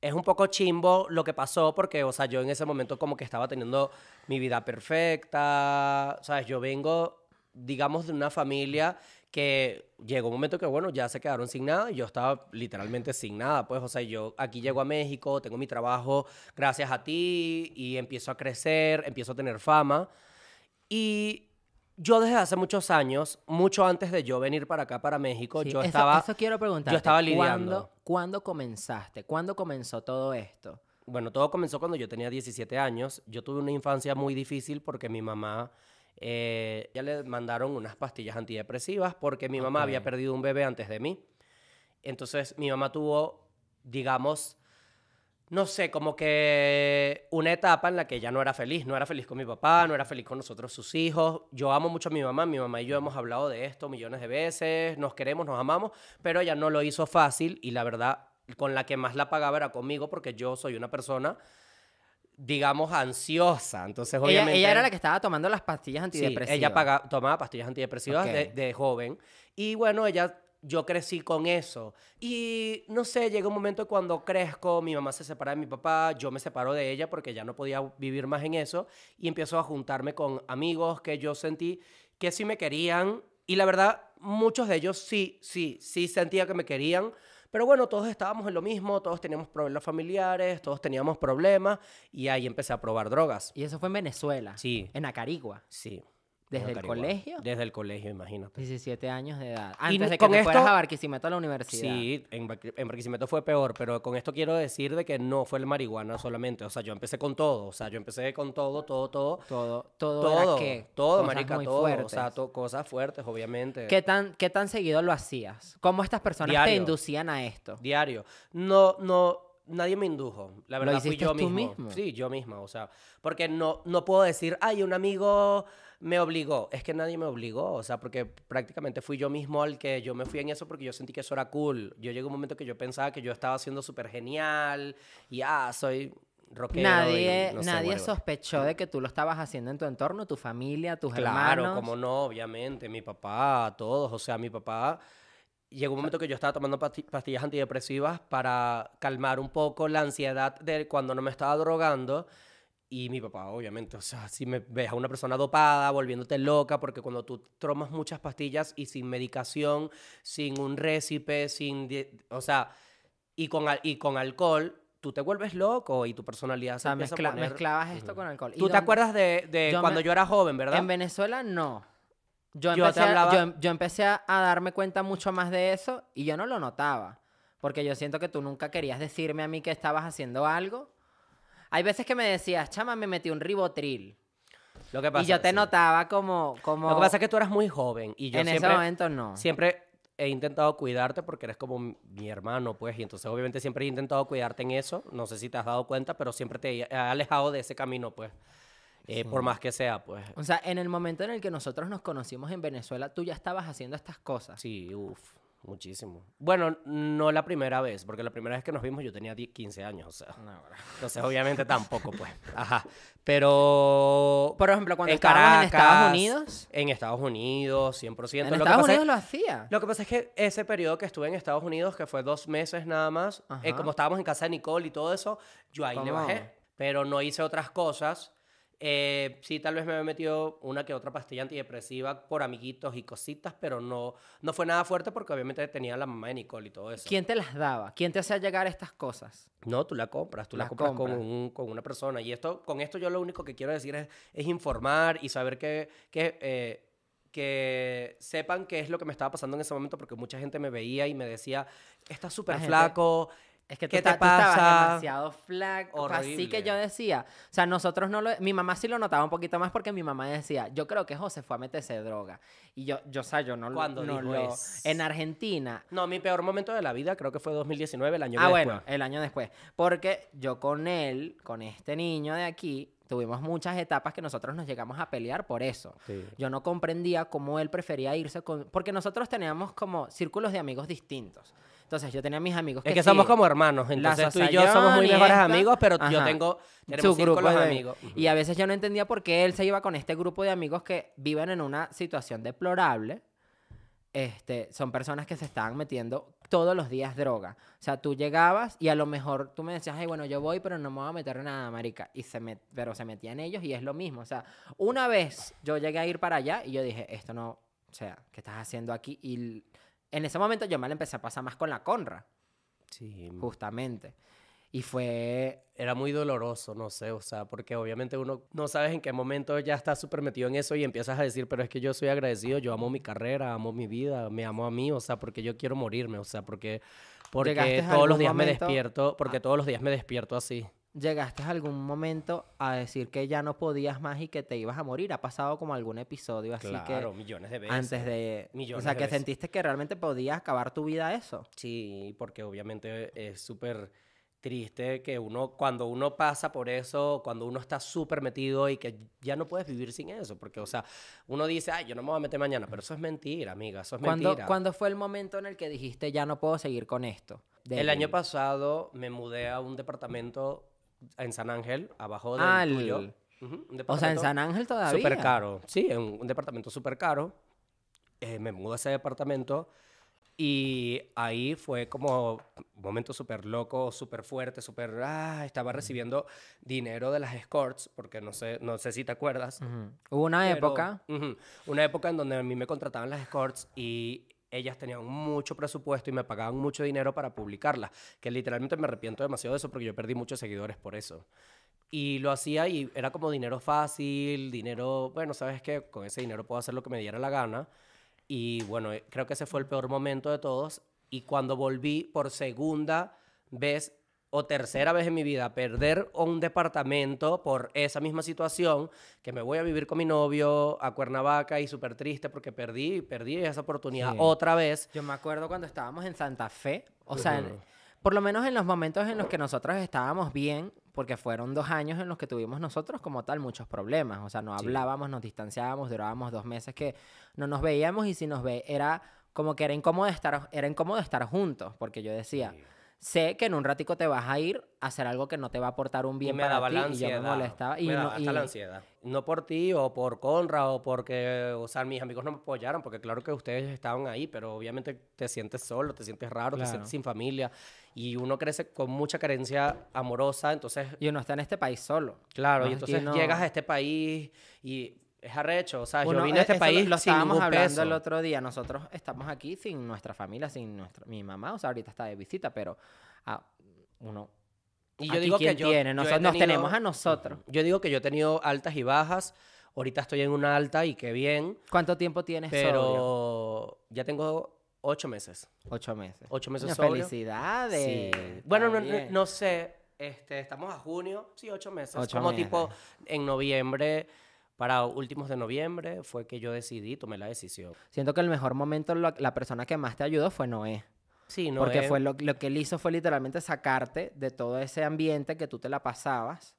Speaker 1: es un poco chimbo lo que pasó porque, o sea, yo en ese momento como que estaba teniendo mi vida perfecta, ¿sabes? Yo vengo, digamos, de una familia que llegó un momento que, bueno, ya se quedaron sin nada y yo estaba literalmente sin nada, pues, o sea, yo aquí llego a México, tengo mi trabajo gracias a ti y empiezo a crecer, empiezo a tener fama. Y yo desde hace muchos años, mucho antes de yo venir para acá, para México,
Speaker 2: Sí,
Speaker 1: yo
Speaker 2: eso-
Speaker 1: estaba...
Speaker 2: eso quiero preguntarte.
Speaker 1: yo estaba
Speaker 2: ¿cuándo-
Speaker 1: lidiando.
Speaker 2: ¿Cuándo comenzaste? ¿Cuándo comenzó todo esto?
Speaker 1: Bueno, todo comenzó cuando yo tenía 17 años. Yo tuve una infancia muy difícil porque mi mamá, eh, ya le mandaron unas pastillas antidepresivas porque mi mamá había
Speaker 2: Ok.
Speaker 1: perdido un bebé antes de mí. Entonces mi mamá tuvo, digamos, no sé, como que una etapa en la que ya no era feliz. No era feliz con mi papá, no era feliz con nosotros, sus hijos. Yo amo mucho a mi mamá. Mi mamá y yo hemos hablado de esto millones de veces. Nos queremos, nos amamos, pero ella no lo hizo fácil y la verdad, con la que más la pagaba era conmigo porque yo soy una persona, digamos, ansiosa. Entonces,
Speaker 2: Ella,
Speaker 1: obviamente.
Speaker 2: ella era la que estaba tomando las pastillas
Speaker 1: Sí,
Speaker 2: antidepresivas.
Speaker 1: ella paga- tomaba pastillas antidepresivas
Speaker 2: Ok.
Speaker 1: de, de joven. Y bueno, ella, yo crecí con eso. Y no sé, llega un momento cuando crezco, mi mamá se separa de mi papá, yo me separo de ella porque ya no podía vivir más en eso. Y empiezo a juntarme con amigos que yo sentí que sí me querían. Y la verdad, muchos de ellos sí, sí, sí sentía que me querían. Pero bueno, todos estábamos en lo mismo, todos teníamos problemas familiares, todos teníamos problemas. Y ahí empecé a probar drogas.
Speaker 2: Y eso fue en Venezuela.
Speaker 1: Sí.
Speaker 2: En Acarigua.
Speaker 1: Sí.
Speaker 2: ¿Desde
Speaker 1: en
Speaker 2: el
Speaker 1: Acarigua.
Speaker 2: colegio?
Speaker 1: ah, Desde el colegio, imagínate.
Speaker 2: 17 años de edad. Antes
Speaker 1: no-
Speaker 2: de que
Speaker 1: con
Speaker 2: te fueras
Speaker 1: esto-
Speaker 2: a Barquisimeto a la universidad.
Speaker 1: Sí, en, Barqui- en Barquisimeto fue peor, pero con esto quiero decir de que no fue el marihuana solamente. O sea, yo empecé con todo. O sea, yo empecé con todo, todo, todo.
Speaker 2: Todo, todo, era
Speaker 1: Todo,
Speaker 2: que
Speaker 1: todo,
Speaker 2: cosas
Speaker 1: marica,
Speaker 2: muy
Speaker 1: todo. O
Speaker 2: fuertes.
Speaker 1: sea, to- cosas fuertes, obviamente.
Speaker 2: ¿Qué tan, ¿Qué tan seguido lo hacías? ¿Cómo estas personas te
Speaker 1: Diario.
Speaker 2: inducían a esto?
Speaker 1: Diario. No, no, nadie me indujo. La
Speaker 2: ¿Lo
Speaker 1: verdad fui
Speaker 2: hiciste
Speaker 1: yo
Speaker 2: tú
Speaker 1: mismo.
Speaker 2: mismo?
Speaker 1: Sí, yo misma. O sea, porque no, no puedo decir, ay, un amigo me obligó. Es que nadie me obligó. O sea, porque prácticamente fui yo mismo el que yo me fui en eso porque yo sentí que eso era cool. Yo llegué a un momento que yo pensaba que yo estaba siendo súper genial y ah, soy rockero.
Speaker 2: nadie
Speaker 1: y no sé,
Speaker 2: nadie
Speaker 1: whatever.
Speaker 2: sospechó de que tú lo estabas haciendo en tu entorno, tu familia, tus
Speaker 1: Claro,
Speaker 2: hermanos.
Speaker 1: como no, obviamente, mi papá, todos, o sea, mi papá llegó un momento que yo estaba tomando pasti- pastillas antidepresivas para calmar un poco la ansiedad de cuando no me estaba drogando y mi papá, obviamente, o sea, si me ves a una persona dopada, volviéndote loca, porque cuando tú tomas muchas pastillas y sin medicación, sin un récipe, sin, die- o sea, y con, al- y con alcohol, tú te vuelves loco y tu personalidad
Speaker 2: O
Speaker 1: se
Speaker 2: sea,
Speaker 1: empieza a
Speaker 2: mezcla-
Speaker 1: poner-
Speaker 2: mezclabas esto
Speaker 1: Ujú.
Speaker 2: con alcohol. ¿Y
Speaker 1: ¿Tú te
Speaker 2: dónde-
Speaker 1: acuerdas de, de
Speaker 2: Yo me-
Speaker 1: cuando yo era joven, verdad?
Speaker 2: En Venezuela no. Yo
Speaker 1: Yo te
Speaker 2: empecé, a-
Speaker 1: hablaba-
Speaker 2: yo em- yo empecé a a darme cuenta mucho más de eso y yo no lo notaba. Porque yo siento que tú nunca querías decirme a mí que estabas haciendo algo. Hay veces que me decías, chama, me metí un ribotril.
Speaker 1: Lo que
Speaker 2: Y yo te
Speaker 1: sí.
Speaker 2: notaba como... como
Speaker 1: Lo que pasa es que tú eras muy joven y yo
Speaker 2: en
Speaker 1: siempre,
Speaker 2: ese momento no.
Speaker 1: siempre he intentado cuidarte porque eres como mi- mi hermano, pues, y entonces obviamente siempre he intentado cuidarte en eso. No sé si te has dado cuenta, pero siempre te he he alejado de ese camino, pues, eh, por más que sea, pues.
Speaker 2: O sea, en el momento en el que nosotros nos conocimos en Venezuela, tú ya estabas haciendo estas cosas.
Speaker 1: Sí, uff, muchísimo. Bueno, no la primera vez, porque la primera vez que nos vimos yo tenía 10, 15 años, o sea. Entonces obviamente tampoco, pues. Ajá. Pero...
Speaker 2: Por ejemplo, cuando
Speaker 1: en
Speaker 2: estábamos en Estados
Speaker 1: Caracas,
Speaker 2: Unidos.
Speaker 1: En Estados Unidos, 100%.
Speaker 2: En
Speaker 1: Lo que
Speaker 2: Estados
Speaker 1: pasa es-
Speaker 2: Unidos lo hacía.
Speaker 1: Lo que pasa es que ese periodo que estuve en Estados Unidos, que fue dos meses nada más, eh,
Speaker 2: Ajá.
Speaker 1: como estábamos en casa de Nicole y todo eso, yo ahí le
Speaker 2: ¿Cómo?
Speaker 1: bajé, pero no hice otras cosas. Eh, sí, tal vez me he metido una que otra pastilla antidepresiva por amiguitos y cositas, pero no, no fue nada fuerte porque obviamente tenía la mamá de Nicole y todo eso.
Speaker 2: ¿Quién te las daba? ¿Quién te hacía llegar estas cosas?
Speaker 1: No, tú la compras, tú la
Speaker 2: Las
Speaker 1: compras
Speaker 2: compras.
Speaker 1: Con, un- con una persona. Y esto, con esto yo lo único que quiero decir es, es informar y saber que, que, eh, que sepan qué es lo que me estaba pasando en ese momento, porque mucha gente me veía y me decía, estás súper
Speaker 2: gente-
Speaker 1: flaco.
Speaker 2: Es que tú,
Speaker 1: ¿Qué te
Speaker 2: esta- tú estabas
Speaker 1: pasa?
Speaker 2: demasiado flaco. pues, Así que
Speaker 1: Horrible.
Speaker 2: yo decía, o sea, nosotros no lo... Mi mamá sí lo notaba un poquito más porque mi mamá decía, yo creo que José fue a meterse droga. Y yo, yo o sea, yo no, lo-
Speaker 1: ¿Cuándo
Speaker 2: no
Speaker 1: dijo
Speaker 2: lo...
Speaker 1: eso?
Speaker 2: En Argentina,
Speaker 1: No, mi peor momento de la vida creo que fue 2019, el año
Speaker 2: Ah,
Speaker 1: que
Speaker 2: bueno,
Speaker 1: después.
Speaker 2: el año después. Porque yo con él, con este niño de aquí, tuvimos muchas etapas que nosotros nos llegamos a pelear por eso.
Speaker 1: Sí.
Speaker 2: Yo no comprendía cómo él prefería irse con... Porque nosotros teníamos como círculos de amigos distintos. Entonces yo tenía mis amigos que...
Speaker 1: Es que
Speaker 2: sí,
Speaker 1: somos como hermanos, entonces tú y yo
Speaker 2: Sasayón
Speaker 1: somos muy
Speaker 2: y
Speaker 1: mejores
Speaker 2: esta.
Speaker 1: amigos, pero yo
Speaker 2: Ajá.
Speaker 1: tengo
Speaker 2: su
Speaker 1: tenemos
Speaker 2: grupo
Speaker 1: círculos
Speaker 2: de
Speaker 1: amigos.
Speaker 2: Y a veces yo no entendía por qué él se iba con este grupo de amigos que viven en una situación deplorable. Este, son personas que se estaban metiendo todos los días droga. O sea, tú llegabas y a lo mejor tú me decías, ay, bueno, yo voy, pero no me voy a meter nada, marica. Y se met- pero se metían ellos y es lo mismo. O sea, una vez yo llegué a ir para allá y yo dije, esto no, o sea, ¿qué estás haciendo aquí? Y l- en ese momento yo me la empecé a pasar más con la conra,
Speaker 1: Sí.
Speaker 2: justamente. Y fue
Speaker 1: era muy doloroso, no sé, o sea, porque obviamente uno no sabes en qué momento ya estás súper metido en eso y empiezas a decir, pero es que yo soy agradecido, yo amo mi carrera, amo mi vida, me amo a mí, o sea, porque yo quiero morirme, o sea, porque,
Speaker 2: Llegaste
Speaker 1: porque
Speaker 2: a
Speaker 1: todos los
Speaker 2: algún
Speaker 1: días me
Speaker 2: momento
Speaker 1: despierto, porque todos los días me despierto así.
Speaker 2: ¿Llegaste a algún momento a decir que ya no podías más y que te ibas a morir? ¿Ha pasado como algún episodio así
Speaker 1: claro,
Speaker 2: que
Speaker 1: millones de veces.
Speaker 2: antes de... o
Speaker 1: millones
Speaker 2: sea,
Speaker 1: de
Speaker 2: que
Speaker 1: veces.
Speaker 2: sentiste que realmente podías acabar tu vida eso?
Speaker 1: Sí, porque obviamente es súper triste que uno, cuando uno pasa por eso, cuando uno está súper metido y que ya no puedes vivir sin eso, porque, o sea, uno dice, ay, yo no me voy a meter mañana, pero eso es mentira, amiga, eso es
Speaker 2: ¿Cuándo,
Speaker 1: mentira.
Speaker 2: cuándo fue el momento en el que dijiste ya no puedo seguir con esto? Del-
Speaker 1: El año pasado me mudé a un departamento en San Ángel, abajo del
Speaker 2: Al-
Speaker 1: tuyo. Ujú, un
Speaker 2: O sea, en
Speaker 1: departamento
Speaker 2: San Ángel todavía.
Speaker 1: Súper caro. Sí, en un, un departamento súper caro. Eh, me mudo a ese departamento y ahí fue como un momento súper loco, súper fuerte, súper... Ah, estaba recibiendo dinero de las escorts, porque no sé, no sé si te acuerdas.
Speaker 2: Ujú. Hubo una
Speaker 1: pero-
Speaker 2: época.
Speaker 1: Ujú, Una época en donde a mí me contrataban las escorts y ellas tenían mucho presupuesto y me pagaban mucho dinero para publicarlas, que literalmente me arrepiento demasiado de eso porque yo perdí muchos seguidores por eso. Y lo hacía y era como dinero fácil, dinero, bueno, sabes que con ese dinero puedo hacer lo que me diera la gana. Y bueno, eh, creo que ese fue el peor momento de todos. Y cuando volví por segunda vez o tercera vez en mi vida a perder un departamento por esa misma situación, que me voy a vivir con mi novio a Cuernavaca y súper triste porque perdí, perdí esa oportunidad
Speaker 2: Sí.
Speaker 1: otra vez.
Speaker 2: Yo me acuerdo cuando estábamos en Santa Fe. O sea, en- por lo menos en los momentos en los que nosotros estábamos bien, porque fueron dos años en los que tuvimos nosotros como tal muchos problemas. O sea, no
Speaker 1: Sí.
Speaker 2: hablábamos, nos distanciábamos, durábamos dos meses que no nos veíamos y si nos ve era como que era incómodo estar, era incómodo estar juntos, porque yo decía... Sé que en un ratico te vas a ir a hacer algo que no te va a aportar un bien
Speaker 1: y me
Speaker 2: para
Speaker 1: daba
Speaker 2: ti
Speaker 1: la
Speaker 2: y yo
Speaker 1: ansiedad.
Speaker 2: me molestaba y
Speaker 1: me
Speaker 2: no-
Speaker 1: daba hasta
Speaker 2: y-
Speaker 1: la ansiedad. No por ti o por Conra o porque, o sea, mis amigos no me apoyaron, porque claro que ustedes estaban ahí, pero obviamente te sientes solo, te sientes raro, te
Speaker 2: Claro.
Speaker 1: sientes sin familia y uno crece con mucha carencia amorosa, entonces
Speaker 2: y uno está en este país solo.
Speaker 1: Claro,
Speaker 2: Más
Speaker 1: y
Speaker 2: que
Speaker 1: entonces
Speaker 2: no-
Speaker 1: llegas a este país y es arrecho, o sea,
Speaker 2: Uno- eh,
Speaker 1: yo vine a este
Speaker 2: e, eso
Speaker 1: país
Speaker 2: Lo
Speaker 1: sin
Speaker 2: estábamos
Speaker 1: ningún
Speaker 2: hablando
Speaker 1: peso.
Speaker 2: el otro día. Nosotros estamos aquí sin nuestra familia, sin nuestra, mi mamá. O sea, ahorita está de visita, pero ah, uno.
Speaker 1: Y yo
Speaker 2: aquí
Speaker 1: digo que
Speaker 2: ¿quién
Speaker 1: yo,
Speaker 2: tiene?
Speaker 1: yo
Speaker 2: Nos,
Speaker 1: he
Speaker 2: nos
Speaker 1: tenido-
Speaker 2: tenemos a nosotros.
Speaker 1: Yo digo que yo he tenido altas y bajas. Ahorita estoy en una alta y qué bien,
Speaker 2: ¿Cuánto tiempo tienes sobrio?
Speaker 1: pero ya tengo ocho meses.
Speaker 2: Ocho meses.
Speaker 1: Ocho meses
Speaker 2: Coño,
Speaker 1: sobrio.
Speaker 2: Felicidades.
Speaker 1: Sí.
Speaker 2: está
Speaker 1: Bueno, no, no-
Speaker 2: bien.
Speaker 1: no sé. Este, estamos a junio, sí, ocho meses.
Speaker 2: Ocho
Speaker 1: Como
Speaker 2: meses.
Speaker 1: tipo en noviembre, para últimos de noviembre, fue que yo decidí, tomé la decisión.
Speaker 2: Siento que el mejor momento, lo- la persona que más te ayudó fue Noé.
Speaker 1: Sí, no
Speaker 2: porque
Speaker 1: es-
Speaker 2: fue lo, lo que él hizo fue literalmente sacarte de todo ese ambiente que tú te la pasabas.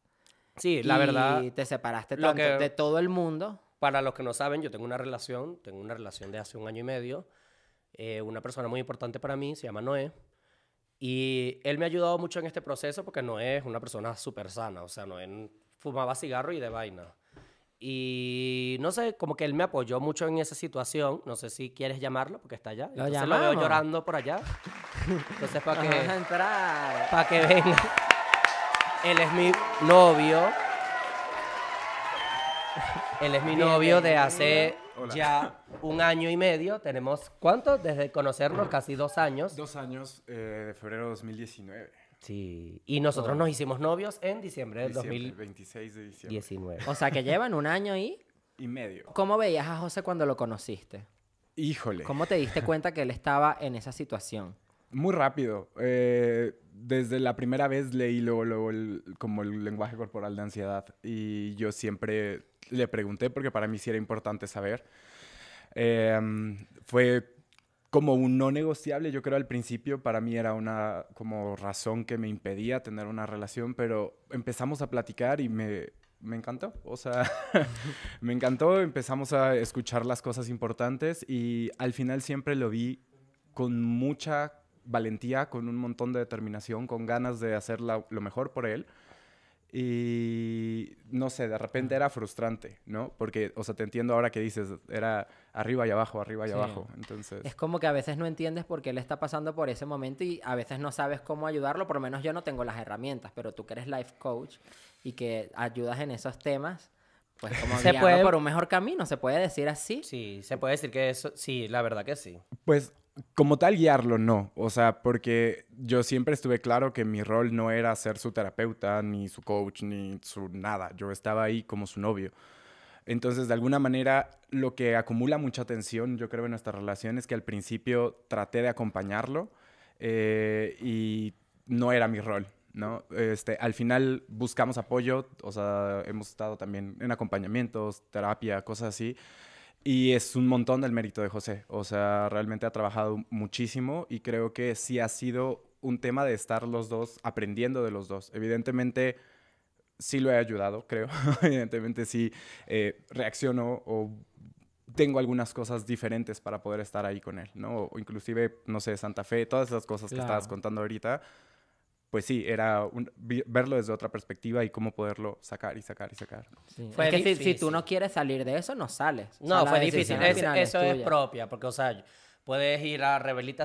Speaker 1: Sí, la verdad.
Speaker 2: Y te separaste
Speaker 1: lo
Speaker 2: tanto
Speaker 1: que-
Speaker 2: de todo el mundo.
Speaker 1: Para los que no saben, yo tengo una relación, tengo una relación de hace un año y medio. Eh, una persona muy importante para mí se llama Noé. Y él me ha ayudado mucho en este proceso porque Noé es una persona súper sana. O sea, Noé n- fumaba cigarro y de vaina. Y no sé, como que él me apoyó mucho en esa situación. No sé si quieres llamarlo porque está allá.
Speaker 2: Lo
Speaker 1: Entonces lo veo
Speaker 2: llamamos.
Speaker 1: llorando por allá. Entonces, para
Speaker 2: Nos vas a
Speaker 1: que,
Speaker 2: entrar.
Speaker 1: pa' que venga. Él es mi novio. Él es mi novio de hace
Speaker 5: Hola.
Speaker 1: ya un año y medio. Tenemos, ¿cuánto? Desde conocernos, casi dos años.
Speaker 5: Dos años eh, de febrero de 2019.
Speaker 1: Sí. Y nosotros nos hicimos novios en diciembre del
Speaker 5: Diciembre, 26 de diciembre.
Speaker 1: 2019.
Speaker 2: O sea, que llevan un año y...
Speaker 5: Y medio.
Speaker 2: ¿Cómo veías a José cuando lo conociste?
Speaker 5: Híjole.
Speaker 2: ¿Cómo te diste cuenta que él estaba en esa situación?
Speaker 5: Muy rápido. Eh, desde la primera vez leí luego, luego el- como el lenguaje corporal de ansiedad y yo siempre le pregunté porque para mí sí era importante saber. Eh, fue como un no negociable, yo creo al principio para mí era una como razón que me impedía tener una relación, pero empezamos a platicar y me, me encantó, o sea, me encantó, empezamos a escuchar las cosas importantes y al final siempre lo vi con mucha valentía, con un montón de determinación, con ganas de hacer la- lo mejor por él. Y no sé, de repente era frustrante, ¿no? Porque, o sea, te entiendo ahora que dices, era arriba y abajo, arriba y
Speaker 2: Sí.
Speaker 5: abajo. Entonces...
Speaker 2: Es como que a veces no entiendes por qué él está pasando por ese momento y a veces no sabes cómo ayudarlo. Por lo menos yo no tengo las herramientas, pero tú que eres life coach y que ayudas en esos temas, pues como
Speaker 1: Se
Speaker 2: guiarlo
Speaker 1: puede-
Speaker 2: por un mejor camino, se puede decir así.
Speaker 1: Sí, se puede decir que eso, sí, la verdad que sí.
Speaker 5: Pues como tal guiarlo, no. O sea, porque yo siempre estuve claro que mi rol no era ser su terapeuta, ni su coach, ni su nada. Yo estaba ahí como su novio. Entonces, de alguna manera, lo que acumula mucha tensión, yo creo, en nuestra relación es que al principio traté de acompañarlo eh, y no era mi rol, ¿no? Este, al final buscamos apoyo, o sea, hemos estado también en acompañamientos, terapia, cosas así. Y es un montón del mérito de José. O sea, realmente ha trabajado muchísimo y creo que sí ha sido un tema de estar los dos, aprendiendo de los dos. Evidentemente, sí lo he ayudado, creo. Evidentemente, sí eh, reacciono o tengo algunas cosas diferentes para poder estar ahí con él, ¿no? O inclusive, no sé, Santa Fe, todas esas cosas que
Speaker 2: Claro.
Speaker 5: estabas contando ahorita, pues sí, era un- vi- verlo desde otra perspectiva y cómo poderlo sacar y sacar y sacar.
Speaker 2: Sí.
Speaker 1: Fue
Speaker 2: es que si- si, tú
Speaker 1: difícil.
Speaker 2: no quieres salir de eso, no sales. O sea,
Speaker 1: No,
Speaker 2: la
Speaker 1: fue
Speaker 2: decisión
Speaker 1: difícil.
Speaker 2: al
Speaker 1: Es-
Speaker 2: final
Speaker 1: eso es
Speaker 2: tuya.
Speaker 1: propia, porque, o sea, puedes ir a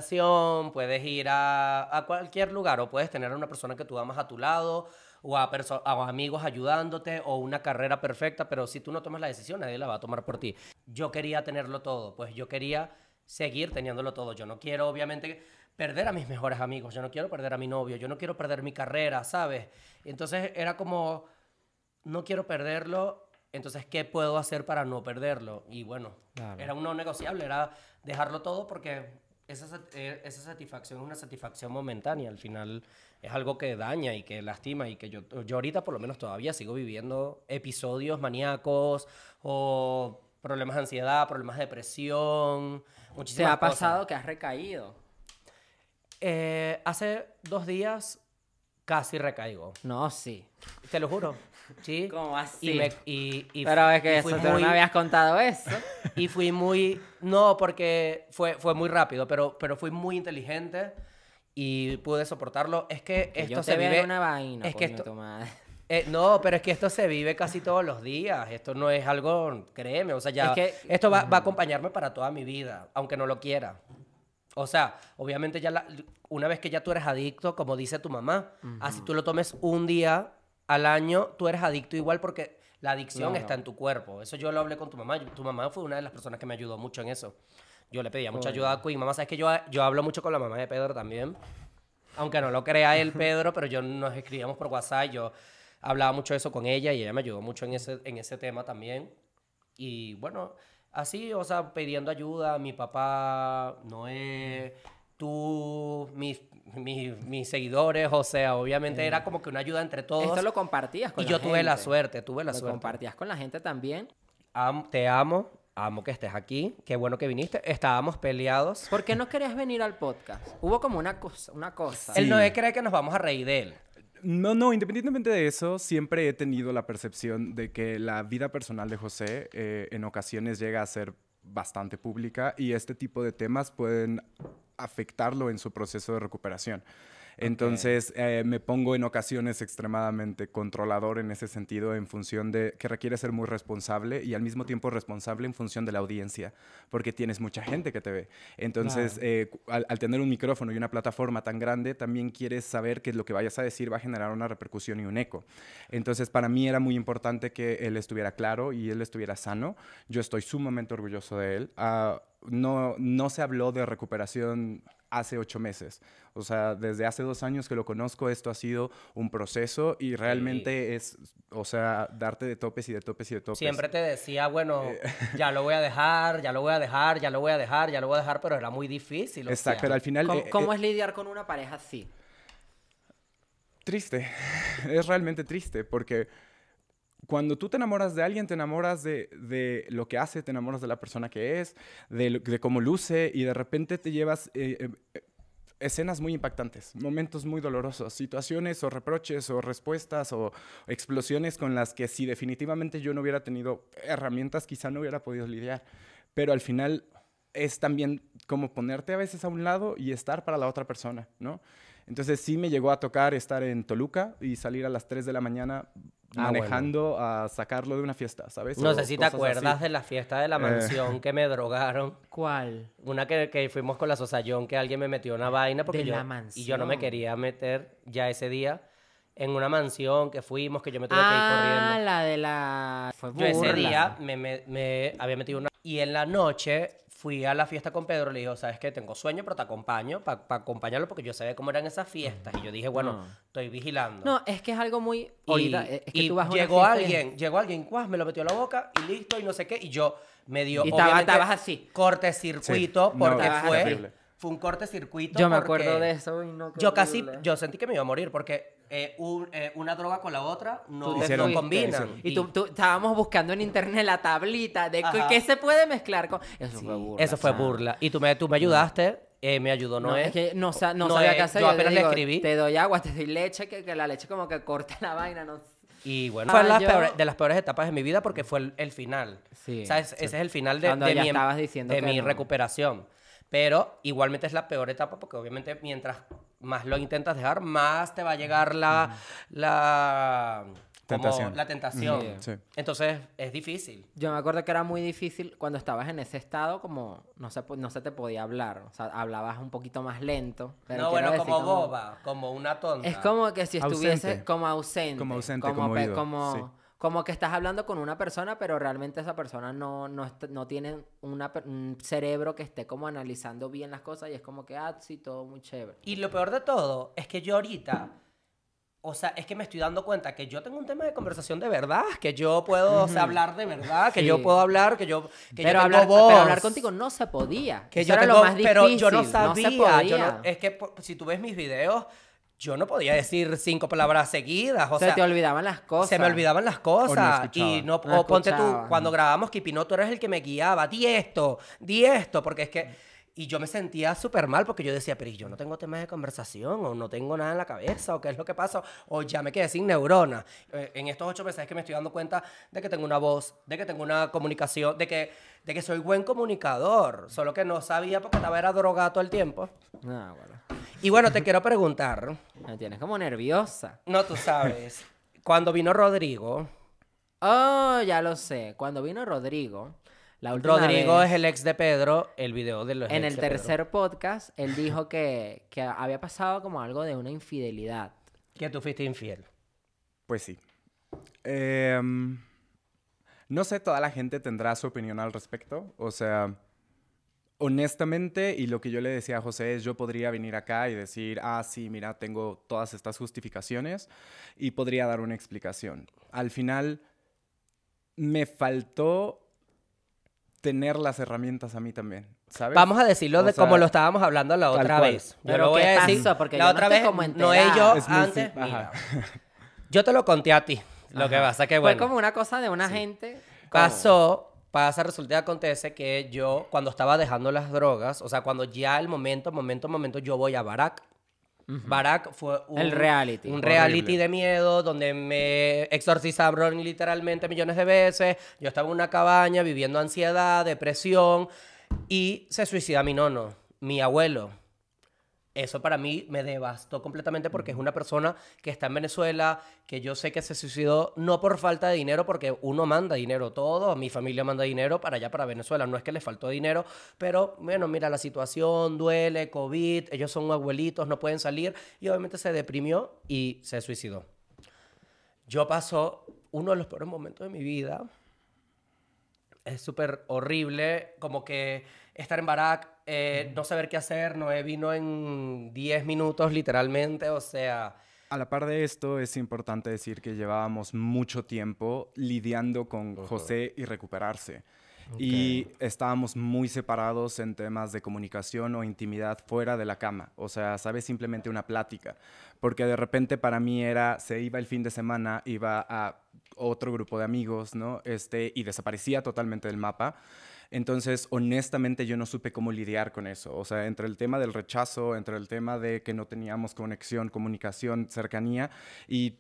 Speaker 1: rehabilitación, puedes ir a, a cualquier lugar, o puedes tener a una persona que tú amas a tu lado, o a, perso- a amigos ayudándote, o una carrera perfecta, pero si tú no tomas la decisión, nadie la va a tomar por ti. Yo quería tenerlo todo, pues yo quería seguir teniéndolo todo. Yo no quiero, obviamente, perder a mis mejores amigos, yo no quiero perder a mi novio, yo no quiero perder mi carrera, ¿sabes? Entonces era como no quiero perderlo, entonces, ¿qué puedo hacer para no perderlo? Y bueno, era un no negociable, era dejarlo todo porque esa, sat- eh, esa satisfacción es una satisfacción momentánea. Al final es algo que daña y que lastima y que yo, yo ahorita por lo menos todavía sigo viviendo episodios maníacos o problemas de ansiedad, problemas de depresión,
Speaker 2: ¿Te
Speaker 1: muchísimas
Speaker 2: ha pasado
Speaker 1: cosas.
Speaker 2: que has recaído?
Speaker 1: Eh, hace dos días casi recaigo.
Speaker 2: No, sí.
Speaker 1: Te lo juro. Sí.
Speaker 2: ¿Cómo así?
Speaker 1: Y me- y- y-
Speaker 2: Pero es
Speaker 1: y
Speaker 2: que
Speaker 1: fui
Speaker 2: eso, tú
Speaker 1: muy-
Speaker 2: no habías contado eso.
Speaker 1: Y fui muy... No, porque fue, fue muy rápido, pero, pero fui muy inteligente y pude soportarlo. Es que,
Speaker 2: Que
Speaker 1: esto
Speaker 2: yo
Speaker 1: se
Speaker 2: te veo en
Speaker 1: vive...
Speaker 2: una vaina,
Speaker 1: es que
Speaker 2: coño,
Speaker 1: esto-
Speaker 2: tu madre.
Speaker 1: eh, no, pero es que esto se vive casi todos los días. Esto no es algo... Créeme, o sea, ya...
Speaker 2: Es que-
Speaker 1: Esto va, va a acompañarme para toda mi vida, aunque no lo quiera. O sea, obviamente ya la- una vez que ya tú eres adicto, como dice tu mamá, así tú lo tomes un día al año, tú eres adicto igual porque la adicción está en tu cuerpo. Eso yo lo hablé con tu mamá. Tu mamá fue una de las personas que me ayudó mucho en eso. Yo le pedía mucha ayuda a Queen. Mamá, sabes que yo, yo hablo mucho con la mamá de Pedro también. Aunque no lo crea él, Pedro, pero yo nos escribíamos por WhatsApp. Yo hablaba mucho eso con ella y ella me ayudó mucho en ese, en ese tema también. Y bueno, así, o sea, pidiendo ayuda, mi papá, Noé, tú, mis, mis, mis seguidores, o sea, obviamente era como que una ayuda entre todos.
Speaker 2: Mm. Esto lo compartías con
Speaker 1: y
Speaker 2: la
Speaker 1: yo tuve la
Speaker 2: gente.
Speaker 1: suerte, tuve la
Speaker 2: lo
Speaker 1: suerte.
Speaker 2: compartías con la gente también.
Speaker 1: Am- te amo, amo que estés aquí, qué bueno que viniste. Estábamos peleados.
Speaker 2: ¿Por qué no querías venir al podcast? Hubo como una cosa, una cosa.
Speaker 1: Él
Speaker 5: Sí.
Speaker 1: Noé cree que nos vamos a reír de él.
Speaker 5: No, no, independientemente de eso, siempre he tenido la percepción de que la vida personal de José eh, en ocasiones llega a ser bastante pública y este tipo de temas pueden afectarlo en su proceso de recuperación. Entonces eh, me pongo en ocasiones extremadamente controlador en ese sentido en función de que requiere ser muy responsable y al mismo tiempo responsable en función de la audiencia, porque tienes mucha gente que te ve. Entonces, eh, cu- al, al tener un micrófono y una plataforma tan grande, también quieres saber que lo que vayas a decir va a generar una repercusión y un eco. Entonces, para mí era muy importante que él estuviera claro y él estuviera sano. Yo estoy sumamente orgulloso de él. Ah, no, no se habló de recuperación hace ocho meses. O sea, desde hace dos años que lo conozco, esto ha sido un proceso y realmente es, o sea, darte de topes y de topes y de topes.
Speaker 1: Siempre te decía, bueno,
Speaker 5: Eh,
Speaker 1: ya lo voy a dejar, ya lo voy a dejar, ya lo voy a dejar, ya lo voy a dejar, pero era muy difícil. o sea.
Speaker 5: Exacto, pero al final...
Speaker 2: ¿Cómo,
Speaker 5: eh, eh,
Speaker 2: cómo es lidiar con una pareja así?
Speaker 5: Triste, es realmente triste porque cuando tú te enamoras de alguien, te enamoras de, de lo que hace, te enamoras de la persona que es, de, lo- de cómo luce y de repente te llevas eh, eh, eh, escenas muy impactantes, momentos muy dolorosos, situaciones o reproches o respuestas o explosiones con las que si definitivamente yo no hubiera tenido herramientas, quizá no hubiera podido lidiar. Pero al final es también como ponerte a veces a un lado y estar para la otra persona, ¿no? Entonces sí me llegó a tocar estar en Toluca y salir a las 3 de la mañana
Speaker 1: Ah, bueno.
Speaker 5: manejando a sacarlo de una fiesta, ¿sabes?
Speaker 1: No
Speaker 5: O
Speaker 1: sé si te
Speaker 5: cosas
Speaker 1: acuerdas
Speaker 5: así. Eh.
Speaker 1: de la fiesta de la mansión que me drogaron.
Speaker 2: ¿Cuál?
Speaker 1: Una que, que fuimos con la Sosayón, que alguien me metió una vaina porque
Speaker 2: De
Speaker 1: yo,
Speaker 2: la
Speaker 1: y yo no me
Speaker 2: mansión.
Speaker 1: quería meter ya ese día en una mansión que fuimos, que yo me tuve
Speaker 2: Ah,
Speaker 1: que ir corriendo.
Speaker 2: la de la... Fue
Speaker 1: Yo ese
Speaker 2: burla.
Speaker 1: día me, me- me había metido una... Y en la noche fui a la fiesta con Pedro, le dijo, sabes que tengo sueño, pero te acompaño, para acompañarlo, porque yo sabía cómo eran esas fiestas. Y yo dije, bueno,
Speaker 2: No.
Speaker 1: estoy vigilando.
Speaker 2: No, es que es algo muy...
Speaker 1: Y,
Speaker 2: Ahorita, es que
Speaker 1: y
Speaker 2: tú vas a una
Speaker 1: llegó
Speaker 2: fiesta y-
Speaker 1: alguien, llegó alguien, cuas, me lo metió a la boca y listo, y no sé qué. Y yo me dio
Speaker 2: Y estaba-
Speaker 1: obviamente,
Speaker 2: estabas así.
Speaker 1: cortecircuito
Speaker 5: Sí, no,
Speaker 1: porque
Speaker 2: estabas
Speaker 1: fue,
Speaker 5: terrible.
Speaker 1: fue un cortecircuito.
Speaker 2: Yo me
Speaker 1: porque
Speaker 2: acuerdo de eso. uy, no, qué
Speaker 1: Yo casi,
Speaker 2: horrible.
Speaker 1: yo sentí que me iba a morir porque eh, un- eh, una droga con la otra no,
Speaker 2: Tú
Speaker 1: no
Speaker 2: te
Speaker 5: Hicieron-
Speaker 2: fuiste.
Speaker 1: combinan.
Speaker 2: Y tú, tú- estábamos buscando en internet la tablita de
Speaker 1: Ajá.
Speaker 2: qué se puede mezclar con... Eso fue burla.
Speaker 1: Eso fue
Speaker 2: chamo.
Speaker 1: burla. Y tú me, tú me ayudaste eh, me ayudó
Speaker 2: No,
Speaker 1: Noé.
Speaker 2: es que no, sa- no
Speaker 1: Noé,
Speaker 2: sabía qué hacer.
Speaker 1: Yo
Speaker 2: le
Speaker 1: apenas le
Speaker 2: digo,
Speaker 1: escribí.
Speaker 2: Te doy agua, te doy leche, que, que la leche como que corta la vaina, no
Speaker 1: Y bueno,
Speaker 2: Ah,
Speaker 1: fue las
Speaker 2: yo-
Speaker 1: peores- de las peores etapas de mi vida porque fue el, el final.
Speaker 2: Sí,
Speaker 1: O sea, es-
Speaker 2: sí.
Speaker 1: ese es el final de,
Speaker 2: Cuando
Speaker 1: de
Speaker 2: ya
Speaker 1: mi, em-
Speaker 2: estabas diciendo
Speaker 1: de
Speaker 2: que
Speaker 1: mi
Speaker 2: no.
Speaker 1: recuperación. Pero igualmente es la peor etapa porque obviamente mientras más lo intentas dejar, más te va a llegar la... la como
Speaker 5: Tentación.
Speaker 1: La tentación.
Speaker 2: Ujú,
Speaker 5: sí.
Speaker 1: Entonces es difícil.
Speaker 2: Yo me acuerdo que era muy difícil cuando estabas en ese estado, como no se, po- no se te podía hablar. O sea, hablabas un poquito más lento. pero
Speaker 1: no,
Speaker 2: quiero
Speaker 1: bueno,
Speaker 2: decir
Speaker 1: como boba, como una tonta.
Speaker 2: Es como que si estuviese
Speaker 5: Ausente.
Speaker 2: como ausente.
Speaker 5: Como ausente,
Speaker 2: Como,
Speaker 5: como
Speaker 2: pe-
Speaker 5: oído,
Speaker 2: como,
Speaker 5: sí.
Speaker 2: como que estás hablando con una persona, pero realmente esa persona no, no, est- no tiene una per- un cerebro que esté como analizando bien las cosas y es como que, ah, sí, todo muy chévere.
Speaker 1: Y lo peor de todo es que yo ahorita, o sea, es que me estoy dando cuenta que yo tengo un tema de conversación de verdad, que yo puedo o sea, hablar de verdad, que yo
Speaker 2: Sí.
Speaker 1: puedo hablar, que yo, que
Speaker 2: Pero
Speaker 1: yo tengo
Speaker 2: hablar,
Speaker 1: voz.
Speaker 2: pero hablar contigo no se podía.
Speaker 1: que
Speaker 2: Eso
Speaker 1: yo
Speaker 2: era lo
Speaker 1: tengo-
Speaker 2: más difícil.
Speaker 1: pero yo no
Speaker 2: se
Speaker 1: sabía, yo no- eh,
Speaker 2: podía.
Speaker 1: es que po- si tú ves mis videos, yo no podía decir cinco palabras seguidas, o
Speaker 2: se
Speaker 1: sea,
Speaker 2: te olvidaban las cosas.
Speaker 1: se me olvidaban las cosas. y
Speaker 5: escuchaba.
Speaker 1: no,
Speaker 2: No
Speaker 1: o ponte tú,
Speaker 2: escuchaba.
Speaker 1: cuando grabamos Kipino, tú eres el que me guiaba. Di esto, di esto, porque es que. Y yo me sentía súper mal porque yo decía, pero ¿y yo no tengo temas de conversación, o no tengo nada en la cabeza, o qué es lo que pasa, o ya me quedé sin neuronas. Eh, en estos ocho meses es que me estoy dando cuenta de que tengo una voz, de que tengo una comunicación, de que, de que soy buen comunicador, solo que no sabía porque estaba era drogado todo el tiempo.
Speaker 2: No, Ah, bueno.
Speaker 1: Y bueno, te quiero preguntar,
Speaker 2: Me tienes como nerviosa.
Speaker 1: no tú sabes, cuando vino Rodrigo,
Speaker 2: Oh, ya lo sé. Cuando vino Rodrigo, la última
Speaker 1: Rodrigo
Speaker 2: vez,
Speaker 1: es el ex de Pedro, el video Pues de los
Speaker 2: en
Speaker 1: ex
Speaker 2: el
Speaker 1: de Pedro.
Speaker 2: tercer podcast, él dijo que, que había pasado como algo de una infidelidad.
Speaker 1: Que tú fuiste infiel.
Speaker 5: Pues sí. Em, no sé, toda la gente tendrá su opinión al respecto. O sea, honestamente, y lo que yo le decía a José es, yo podría venir acá y decir, ah, sí, mira, tengo todas estas justificaciones y podría dar una explicación. Al final, me faltó tener las herramientas a mí también, ¿sabes?
Speaker 1: Vamos a decirlo
Speaker 5: O
Speaker 1: de
Speaker 5: sea,
Speaker 1: como lo estábamos hablando la
Speaker 5: tal
Speaker 1: otra
Speaker 5: cual.
Speaker 1: vez. Yo
Speaker 2: Pero
Speaker 1: lo voy
Speaker 2: ¿qué
Speaker 1: a decir.
Speaker 2: pasó? Porque
Speaker 1: la
Speaker 2: yo no
Speaker 1: otra
Speaker 2: estoy
Speaker 1: vez,
Speaker 2: como
Speaker 1: no he yo
Speaker 2: enterada.
Speaker 5: Es muy
Speaker 1: antes.
Speaker 5: sim- ajá.
Speaker 1: mira, yo te lo conté a ti. Lo que pasa que bueno.
Speaker 2: Fue como una cosa de una gente. como-
Speaker 1: Pasó, pasa, resulta y acontece que yo, cuando estaba dejando las drogas, o sea, cuando ya el momento, momento, momento, yo voy a Barack. Barack fue un,
Speaker 2: El reality.
Speaker 1: un
Speaker 5: Horrible.
Speaker 1: reality de miedo donde me exorcizaron literalmente millones de veces. Yo estaba en una cabaña viviendo ansiedad, depresión y se suicida mi nono, mi abuelo. Eso para mí me devastó completamente porque es una persona que está en Venezuela, que yo sé que se suicidó no por falta de dinero, porque uno manda dinero todo, mi familia manda dinero para allá, para Venezuela, no es que les faltó dinero, pero bueno, mira, la situación duele, COVID, ellos son abuelitos, no pueden salir y obviamente se deprimió y se suicidó. Yo paso uno de los peores momentos de mi vida, es súper horrible, como que estar en Barak, eh, no saber qué hacer, Noé vino en 10 minutos literalmente, o sea,
Speaker 5: A la par de esto, es importante decir que llevábamos mucho tiempo lidiando con José y recuperarse. Y estábamos muy separados en temas de comunicación o intimidad fuera de la cama. O sea, sabes, simplemente una plática. Porque de repente para mí era, se iba el fin de semana, iba a otro grupo de amigos, ¿no? Este, y desaparecía totalmente del mapa. Entonces, honestamente, yo no supe cómo lidiar con eso. O sea, entre el tema del rechazo, entre el tema de que no teníamos conexión, comunicación, cercanía y...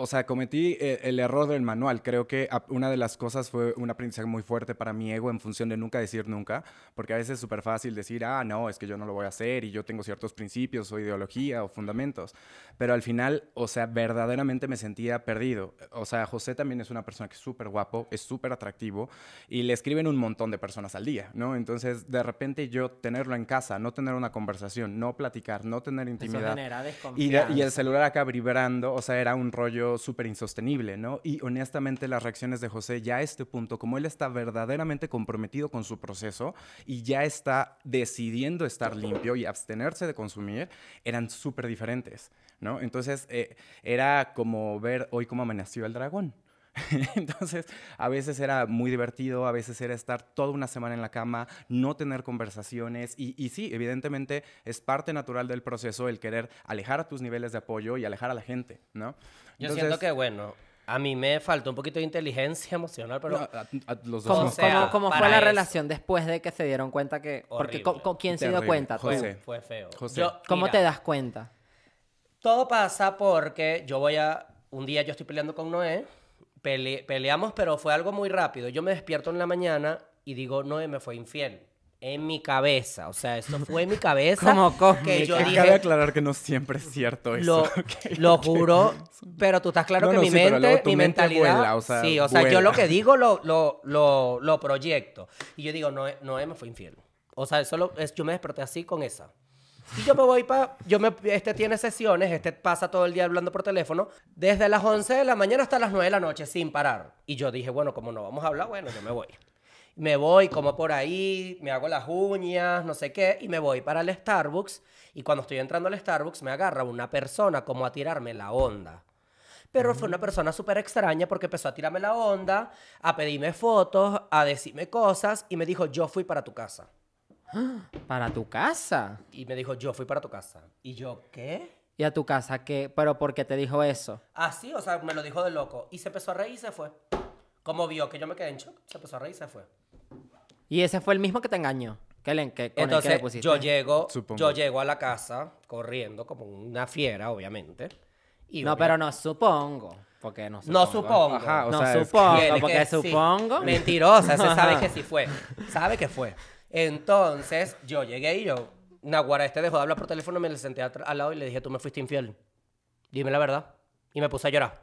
Speaker 5: O sea, cometí eh, el error del manual. Creo que a- una de las cosas fue un aprendizaje muy fuerte para mi ego en función de nunca decir nunca, porque a veces es súper fácil decir, ah, no, es que yo no lo voy a hacer y yo tengo ciertos principios o ideología o fundamentos. Pero al final, o sea, verdaderamente me sentía perdido. O sea, José también es una persona que es súper guapo, es súper atractivo y le escriben un montón de personas al día, ¿no? Entonces, de repente yo tenerlo en casa, no tener una conversación, no platicar, no tener
Speaker 2: Eso
Speaker 5: intimidad.
Speaker 2: genera
Speaker 5: Y, la-
Speaker 2: desconfianza.
Speaker 5: y el celular acá vibrando, o sea, era un rollo súper insostenible, ¿no? Y honestamente las reacciones de José ya a este punto, como él está verdaderamente comprometido con su proceso y ya está decidiendo estar limpio y abstenerse de consumir, eran súper diferentes, ¿no? Entonces eh, era como ver hoy cómo amaneció el dragón. Entonces, a veces era muy divertido, a veces era estar toda una semana en la cama, no tener conversaciones. Y, y sí, evidentemente es parte natural del proceso el querer alejar a tus niveles de apoyo y alejar a la gente, ¿no?
Speaker 1: yo
Speaker 5: Entonces,
Speaker 1: siento que bueno, A mí me faltó un poquito de inteligencia emocional, pero...
Speaker 5: No, a- a- los dos
Speaker 1: O
Speaker 2: ¿Cómo,
Speaker 5: nos
Speaker 1: sea,
Speaker 2: cómo-
Speaker 5: pasó.
Speaker 2: cómo fue
Speaker 1: para
Speaker 2: la
Speaker 1: eso.
Speaker 2: relación después de que se dieron cuenta que... Porque
Speaker 1: Horrible.
Speaker 2: co- co- ¿quién se dio
Speaker 5: Terrible.
Speaker 2: cuenta?
Speaker 5: José.
Speaker 2: Tú.
Speaker 1: Fue, fue feo.
Speaker 5: José.
Speaker 2: ¿Cómo
Speaker 1: mira,
Speaker 2: te das cuenta?
Speaker 1: Todo pasa porque yo voy a... Un día yo estoy peleando con Noé, pele- peleamos, pero fue algo muy rápido. Yo me despierto en la mañana y digo, Noé me fue infiel. En mi cabeza, o sea, eso fue en mi cabeza.
Speaker 2: Como
Speaker 1: que
Speaker 2: cósmica.
Speaker 1: yo
Speaker 5: Cabe
Speaker 1: dije,
Speaker 5: aclarar que no siempre es cierto eso.
Speaker 1: Lo,
Speaker 5: ¿ok?
Speaker 1: lo juro, pero tú estás claro
Speaker 5: No,
Speaker 1: que
Speaker 5: no,
Speaker 1: mi
Speaker 5: sí, pero
Speaker 1: mente,
Speaker 5: luego tu
Speaker 1: mi
Speaker 5: mente
Speaker 1: mentalidad.
Speaker 5: vuela, o sea,
Speaker 1: sí, o sea, yo
Speaker 5: vuela.
Speaker 1: lo que digo lo, lo, lo, lo proyecto. Y yo digo, Noé, Noé me fue infiel. O sea, eso lo- es, yo me desperté así con esa. Y yo me voy para. Yo me, este tiene sesiones, este pasa todo el día hablando por teléfono, desde las 11 de la mañana hasta las 9 de la noche, sin parar. Y yo dije, bueno, como no vamos a hablar, bueno, yo me voy. Me voy, como por ahí, me hago las uñas, no sé qué, y me voy para el Starbucks. Y cuando estoy entrando al Starbucks, me agarra una persona como a tirarme la onda. Pero fue una persona súper extraña porque empezó a tirarme la onda, a pedirme fotos, a decirme cosas, y me dijo, yo fui para tu casa.
Speaker 2: Para tu casa.
Speaker 1: Y me dijo, yo fui para tu casa. Y yo, ¿qué?
Speaker 2: ¿Y a tu casa qué? ¿Pero por qué te dijo eso?
Speaker 1: Así, o sea, me lo dijo de loco. Y se empezó a reír y se fue. Como vio que yo me quedé en shock, se empezó a reír y se fue.
Speaker 2: Y ese fue el mismo que te engañó. Que le, que, con el que le
Speaker 1: Entonces,
Speaker 2: pusiste.
Speaker 1: yo llego,
Speaker 5: Supongo.
Speaker 1: yo llego a la casa corriendo como una fiera, obviamente. Y
Speaker 2: No,
Speaker 1: obvia-
Speaker 2: pero no supongo. Porque no supongo.
Speaker 1: No supongo.
Speaker 5: Ajá, o
Speaker 2: no
Speaker 5: sea, es que-
Speaker 2: supongo,
Speaker 1: Tiene
Speaker 2: porque
Speaker 1: que- sí.
Speaker 2: supongo.
Speaker 1: Mentirosa, se sabe que sí fue. Sabe que fue. Entonces, yo llegué y yo, Naguara, este dejó de hablar por teléfono, me le senté atr- al lado y le dije, tú me fuiste infiel. Dime la verdad. Y me puse a llorar.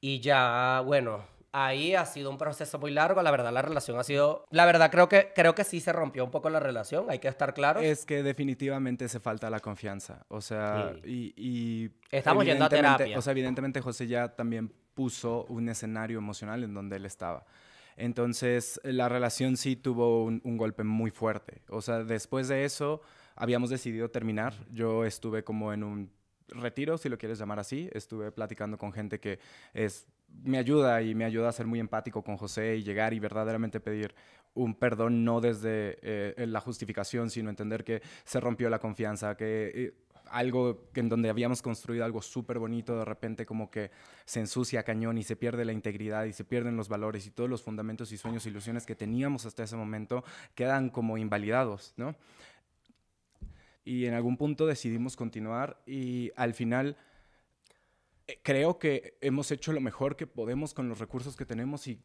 Speaker 1: Y ya, bueno, ahí ha sido un proceso muy largo. La verdad, la relación ha sido... La verdad, creo que, creo que sí se rompió un poco la relación. Hay que estar claros.
Speaker 5: Es que definitivamente se falta la confianza. O sea, y, y
Speaker 1: Estamos yendo a
Speaker 5: evidentemente-
Speaker 1: terapia.
Speaker 5: O sea, evidentemente José ya también puso un escenario emocional en donde él estaba. Entonces, la relación sí tuvo un, un golpe muy fuerte. O sea, después de eso, habíamos decidido terminar. Yo estuve como en un retiro, si lo quieres llamar así. Estuve platicando con gente que es me ayuda y me ayuda a ser muy empático con José y llegar y verdaderamente pedir un perdón no desde eh, la justificación, sino entender que se rompió la confianza, que eh, algo que en donde habíamos construido algo súper bonito, de repente como que se ensucia a cañón y se pierde la integridad y se pierden los valores y todos los fundamentos y sueños, ilusiones que teníamos hasta ese momento quedan como invalidados, ¿no? Y en algún punto decidimos continuar y al final eh, creo que hemos hecho lo mejor que podemos con los recursos que tenemos y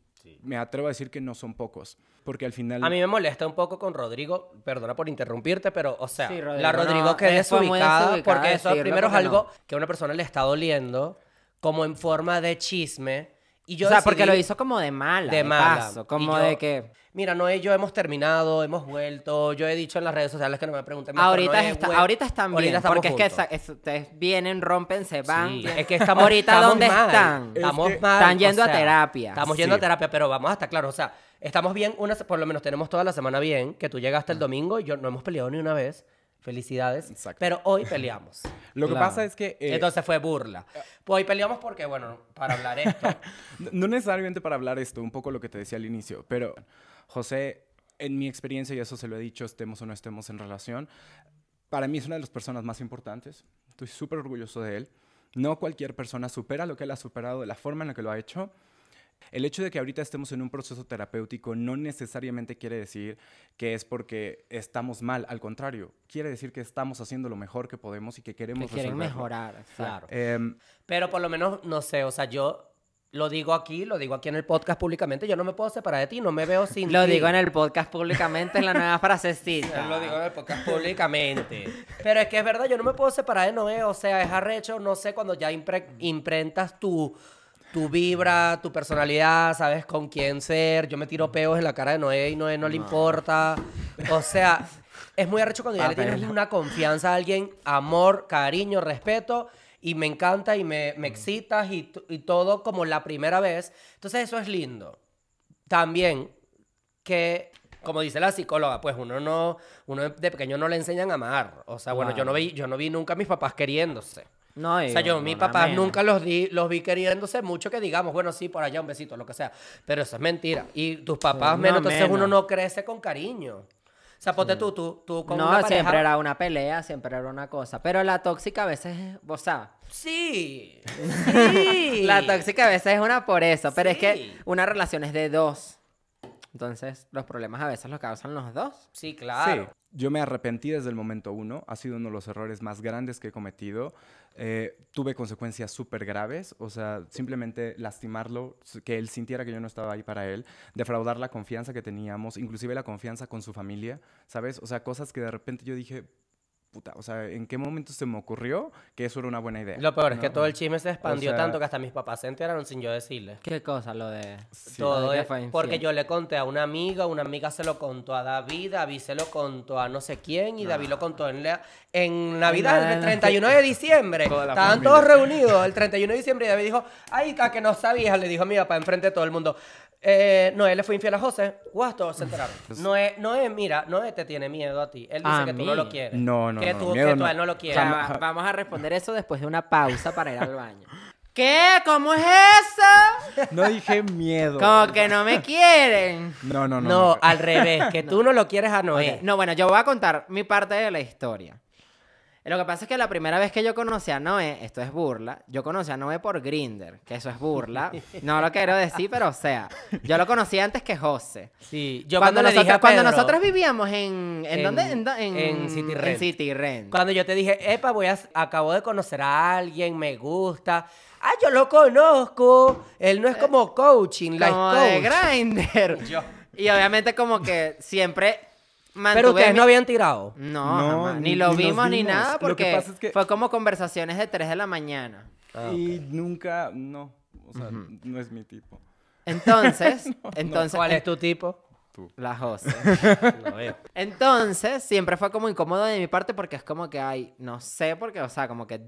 Speaker 5: me atrevo a decir que no son pocos, porque al final...
Speaker 1: A mí me molesta un poco con Rodrigo, perdona por interrumpirte, pero, o sea,
Speaker 2: Sí, Rodrigo,
Speaker 1: la Rodrigo
Speaker 2: no,
Speaker 1: que es
Speaker 2: fue muy
Speaker 1: desubicada,
Speaker 2: desubicada
Speaker 1: porque eso
Speaker 2: decirlo,
Speaker 1: primero es
Speaker 2: porque no.
Speaker 1: algo que a una persona le está doliendo, como en forma de chisme. Y yo
Speaker 2: o sea, porque lo
Speaker 1: decidí-
Speaker 2: hizo como de mala.
Speaker 1: de
Speaker 2: De,
Speaker 1: mala.
Speaker 2: paso,
Speaker 1: Y
Speaker 2: como
Speaker 1: yo-
Speaker 2: de que.
Speaker 1: Mira, Noé y yo hemos terminado, hemos vuelto. Yo he dicho en las redes sociales que no me pregunten más por
Speaker 2: Ahorita,
Speaker 1: Noé,
Speaker 2: está-
Speaker 1: güey.
Speaker 2: ahorita están bien,
Speaker 1: Ahorita estamos
Speaker 2: porque es que
Speaker 1: juntos.
Speaker 2: esa- es- ustedes vienen, rompen, se van.
Speaker 1: Sí,
Speaker 2: vienen.
Speaker 1: Es que estamos
Speaker 2: ahorita
Speaker 1: estamos
Speaker 2: dónde
Speaker 1: mal,
Speaker 2: están.
Speaker 1: Estamos
Speaker 5: Es que-
Speaker 1: mal,
Speaker 2: Están
Speaker 1: o
Speaker 2: yendo a
Speaker 1: sea,
Speaker 2: terapia.
Speaker 1: Estamos yendo a
Speaker 5: Sí.
Speaker 1: terapia, pero vamos a estar claros. O sea, estamos bien, una, se- por lo menos tenemos toda la semana bien, que tú llegaste el domingo y yo no hemos peleado ni una vez. Felicidades.
Speaker 5: Exacto. Eh.
Speaker 1: Pero hoy peleamos.
Speaker 5: Lo que
Speaker 2: Claro.
Speaker 5: pasa es que... eh,
Speaker 1: Entonces fue burla. Pues hoy peleamos porque, bueno, para hablar esto.
Speaker 5: N- No necesariamente para hablar esto, un poco lo que te decía al inicio, pero José, en mi experiencia, y eso se lo he dicho, estemos o no estemos en relación, para mí es una de las personas más importantes. Estoy súper orgulloso de él. No cualquier persona supera lo que él ha superado de la forma en la que lo ha hecho. El hecho de que ahorita estemos en un proceso terapéutico no necesariamente quiere decir que es porque estamos mal, al contrario, quiere decir que estamos haciendo lo mejor que podemos y que
Speaker 2: que
Speaker 5: queremos
Speaker 2: quieren
Speaker 5: resolverlo.
Speaker 2: mejorar.
Speaker 1: Claro.
Speaker 5: Em,
Speaker 1: Pero por lo menos, no sé, o sea, yo lo digo aquí, lo digo aquí en el podcast públicamente. Yo no me puedo separar de ti, no me veo sin
Speaker 2: Lo
Speaker 1: ti.
Speaker 2: digo en el podcast públicamente, es la nueva frasecita.
Speaker 1: Lo digo en el podcast públicamente. Pero es que es verdad, yo no me puedo separar de Noé. O sea, es arrecho, no sé, cuando ya impre- imprentas tu, tu vibra, tu personalidad, sabes con quién ser. Yo me tiro peos en la cara de Noé y Noé no, le importa. O sea, es muy arrecho cuando ya le tienes
Speaker 2: Papel.
Speaker 1: una confianza a alguien, amor, cariño, respeto. Y me encanta y me, me excitas y, t- y todo como la primera vez. Entonces eso es lindo también que, como dice la psicóloga, pues uno no, uno de pequeño no le enseñan a amar. O sea, bueno, yo no vi, yo no vi nunca a mis papás queriéndose.
Speaker 2: No,
Speaker 1: O sea, yo, mis papás nunca los, di, los vi queriéndose mucho que digamos, bueno, sí, por allá un besito, lo que sea. Pero eso es mentira. Y tus papás
Speaker 2: no,
Speaker 1: menos, entonces uno
Speaker 2: menos.
Speaker 1: no crece con cariño. O sea, ponte tú, tú, tú con
Speaker 2: no,
Speaker 1: una pareja.
Speaker 2: siempre era una pelea, siempre era una cosa. Pero la tóxica a veces, es- o sea,
Speaker 1: Sí. Sí.
Speaker 2: la tóxica a veces es una por eso. Pero es
Speaker 1: Sí.
Speaker 2: que una relación es de dos. Entonces, los problemas a veces los causan los dos.
Speaker 1: Sí, claro.
Speaker 5: Sí, yo me arrepentí desde el momento uno. Ha sido uno de los errores más grandes que he cometido. Eh, tuve consecuencias súper graves. O sea, simplemente lastimarlo, s- que él sintiera que yo no estaba ahí para él, defraudar la confianza que teníamos, inclusive la confianza con su familia, ¿sabes? O sea, cosas que de repente yo dije, puta, o sea, ¿en qué momento se me ocurrió que eso era una buena idea?
Speaker 1: Lo peor es que
Speaker 5: No.
Speaker 1: todo el chisme se expandió
Speaker 5: sea-
Speaker 1: tanto que hasta mis papás se enteraron sin yo decirles.
Speaker 2: ¿Qué cosa lo de...?
Speaker 5: Sí.
Speaker 1: Todo
Speaker 2: Ay, que
Speaker 1: es-
Speaker 2: fue
Speaker 1: porque
Speaker 2: infiel.
Speaker 1: yo le conté a una amiga, una amiga se lo contó a David, David se lo contó a no sé quién y
Speaker 5: Ah.
Speaker 1: David lo contó en, la- en Navidad,
Speaker 2: Navidad,
Speaker 1: el 31 de diciembre.
Speaker 5: Toda la
Speaker 1: Estaban
Speaker 5: familia.
Speaker 1: todos reunidos el 31 de diciembre y David dijo, ay, está que no sabías, le dijo a mi papá enfrente de todo el mundo. Eh, Noé le fue infiel a José. Guau, todos se enteraron. Noé, Noé, mira, Noé te tiene miedo a ti. Él dice
Speaker 2: A
Speaker 1: que tú no lo
Speaker 2: mí.
Speaker 1: quieres.
Speaker 5: No, no,
Speaker 1: que
Speaker 5: no,
Speaker 1: tú,
Speaker 5: miedo
Speaker 1: que tú
Speaker 5: no.
Speaker 1: a él no lo
Speaker 2: Ya
Speaker 1: quieres.
Speaker 2: va- vamos a responder eso después de una pausa para ir al baño. ¿Qué? ¿Cómo es eso?
Speaker 5: No dije miedo.
Speaker 2: Como que no me quieren.
Speaker 5: No, no, no.
Speaker 1: No,
Speaker 5: no.
Speaker 1: al revés, que tú no lo quieres a Noé.
Speaker 2: Ok, No, bueno, yo voy a contar mi parte de la historia. Lo que pasa es que la primera vez que yo conocí a Noé, esto es burla, yo conocí a Noé por Grinder, que eso es burla. No lo quiero decir, pero o sea, yo lo conocí antes que José.
Speaker 1: Sí, yo
Speaker 2: cuando
Speaker 1: cuando, le dije
Speaker 2: nosotros,
Speaker 1: a
Speaker 2: cuando
Speaker 1: Pedro-
Speaker 2: nosotros vivíamos en... ¿En,
Speaker 1: En-
Speaker 2: dónde? En, do- en,
Speaker 1: en City
Speaker 2: En
Speaker 1: Rent.
Speaker 2: City Rent.
Speaker 1: Cuando yo te dije, epa, voy a, acabo de conocer a alguien, me gusta. Ah, yo lo conozco. Él no es como coaching, life
Speaker 2: como de
Speaker 1: coach.
Speaker 2: Grinder.
Speaker 1: Yo.
Speaker 2: Y obviamente como que siempre mantuve
Speaker 1: Pero ustedes
Speaker 2: mi- Mm.
Speaker 1: no habían tirado.
Speaker 2: No,
Speaker 5: No,
Speaker 2: jamás. ni,
Speaker 5: ni-
Speaker 2: lo
Speaker 5: ni nos
Speaker 2: vimos ni
Speaker 5: vimos.
Speaker 2: nada
Speaker 5: Lo que
Speaker 2: porque
Speaker 5: pasa es que-
Speaker 2: fue como conversaciones de 3 de la mañana.
Speaker 1: Ah,
Speaker 5: Y nunca, no. O sea, no es mi tipo.
Speaker 2: Entonces, entonces eh,
Speaker 1: ¿Cuál es tu tipo?
Speaker 2: la Jose. Entonces, siempre fue como incómodo de mi parte porque es como que ay, no sé porque, o sea, como que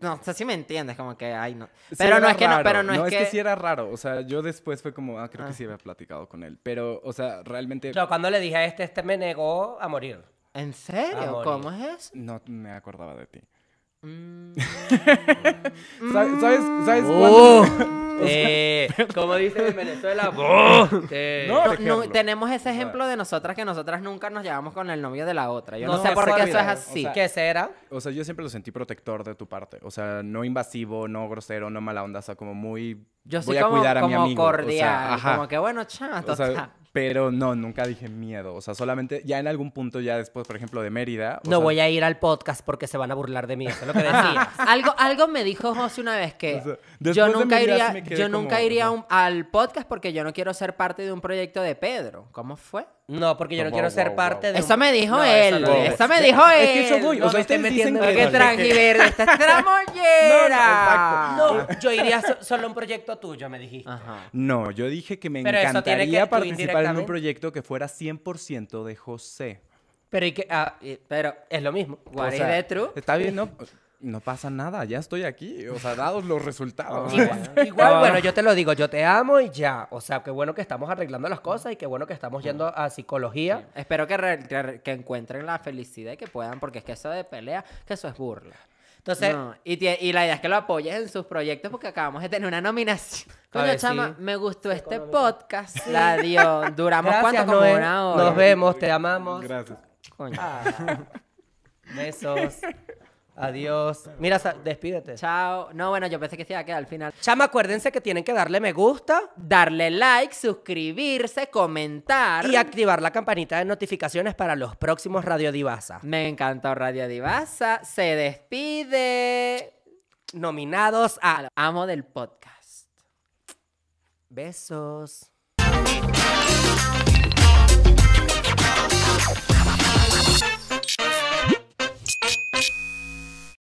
Speaker 2: no sé si me entiendes, como que ay, no.
Speaker 5: Sí
Speaker 2: Pero no
Speaker 5: era
Speaker 2: es que no,
Speaker 5: raro,
Speaker 2: pero no,
Speaker 5: es
Speaker 2: es,
Speaker 5: que sí era raro, o sea, yo después fue como, ah, creo que sí había platicado con él, pero, o sea, realmente
Speaker 1: Yo cuando le dije a este, este me negó a morir.
Speaker 2: ¿En serio?
Speaker 5: Ah,
Speaker 1: Amorío.
Speaker 2: ¿Cómo es eso?
Speaker 5: no me acordaba de ti.
Speaker 2: Mm.
Speaker 5: Sa- ¿Sabes, sabes
Speaker 2: Oh.
Speaker 1: Uh,
Speaker 5: cuándo?
Speaker 1: eh, como dicen en Venezuela, uh, eh.
Speaker 5: No,
Speaker 2: Oh. No,
Speaker 5: por
Speaker 2: no,
Speaker 5: ejemplo.
Speaker 2: tenemos ese ejemplo de nosotras que nosotras nunca nos llevamos con el novio de la otra. Yo no,
Speaker 1: No,
Speaker 2: sé
Speaker 1: eso
Speaker 2: por qué eso es
Speaker 1: olvidado,
Speaker 2: así.
Speaker 5: o sea,
Speaker 1: ¿Qué será?
Speaker 5: O sea, yo siempre lo sentí protector de tu parte, o sea, no invasivo, no grosero, no mala onda, o sea, como muy...
Speaker 2: Yo
Speaker 5: voy
Speaker 2: soy
Speaker 5: a
Speaker 2: como,
Speaker 5: cuidar a mi
Speaker 2: como
Speaker 5: amigo, o sea,
Speaker 2: cordial,
Speaker 5: ajá.
Speaker 2: como que bueno, chao,
Speaker 5: O sea,
Speaker 2: total.
Speaker 5: pero no, nunca dije miedo, o sea, solamente ya en algún punto, ya después, por ejemplo, de Mérida...
Speaker 1: No voy a ir al podcast porque se van a burlar de mí. Eso es lo que decía.
Speaker 2: Ajá. algo, algo me dijo José una vez que
Speaker 5: O sea,
Speaker 2: yo
Speaker 5: después de
Speaker 2: nunca
Speaker 5: mi vida
Speaker 2: iría,
Speaker 5: sí me quedé
Speaker 2: yo nunca
Speaker 5: como,
Speaker 2: iría a
Speaker 5: o sea.
Speaker 2: un- al podcast porque yo no quiero ser parte de un proyecto de Pedro. ¿Cómo fue?
Speaker 1: No, porque yo no
Speaker 5: Wow,
Speaker 1: quiero
Speaker 5: wow,
Speaker 1: ser
Speaker 5: wow.
Speaker 1: parte de.
Speaker 2: Eso
Speaker 1: un-
Speaker 2: me dijo
Speaker 1: No, eso
Speaker 2: él.
Speaker 1: no es.
Speaker 2: Eso me dijo él.
Speaker 5: Es que eso voy,
Speaker 1: no
Speaker 5: o sea,
Speaker 1: me estés
Speaker 5: ustedes dicen
Speaker 1: metiendo
Speaker 5: que...
Speaker 1: en
Speaker 2: Qué tranquiverde, estás tramollera.
Speaker 1: No, yo iría so- solo a un proyecto tuyo, me dijiste.
Speaker 5: Ah.
Speaker 2: Ajá.
Speaker 5: No, yo dije que me
Speaker 1: Pero eso tiene que
Speaker 5: encantaría
Speaker 1: tú
Speaker 5: participar en un
Speaker 1: indirectamente.
Speaker 5: proyecto que fuera 100% de José.
Speaker 1: Pero, ¿y qué? Ah, eh,
Speaker 2: Pero,
Speaker 1: es lo mismo.
Speaker 2: what
Speaker 5: O
Speaker 2: is
Speaker 5: sea,
Speaker 2: the truth?
Speaker 5: Está bien, no, no pasa nada, ya estoy aquí. O sea, dados los resultados.
Speaker 1: Igual, igual, bueno, yo te lo digo, yo te amo y ya. O sea, qué bueno que estamos arreglando las cosas y qué bueno que estamos yendo a psicología.
Speaker 2: Espero que, re- que- que encuentren la felicidad y que puedan, porque es que eso de pelea, que eso es burla.
Speaker 1: Entonces,
Speaker 2: No, y, tie- y la idea es que lo apoyes en sus proyectos porque acabamos de tener una nominación.
Speaker 1: A
Speaker 2: Coño,
Speaker 1: ver,
Speaker 2: chama,
Speaker 1: sí.
Speaker 2: me gustó este podcast. La dio. Duramos cuánto
Speaker 1: gracias,
Speaker 2: como
Speaker 1: Noé.
Speaker 2: una hora.
Speaker 1: Nos vemos, te amamos.
Speaker 5: Gracias.
Speaker 2: Coño.
Speaker 1: Ah, besos. Adiós. Mira, sa- despídete.
Speaker 2: Chao. No, bueno, yo pensé que se iba a quedar al final.
Speaker 1: Chama, acuérdense que tienen que darle me gusta
Speaker 2: Darle like, suscribirse, comentar.
Speaker 1: y activar la campanita de notificaciones para los próximos Radio Divasa.
Speaker 2: Me encantó Radio Divasa. Se despide.
Speaker 1: Nominados a
Speaker 2: Amo del podcast.
Speaker 1: besos.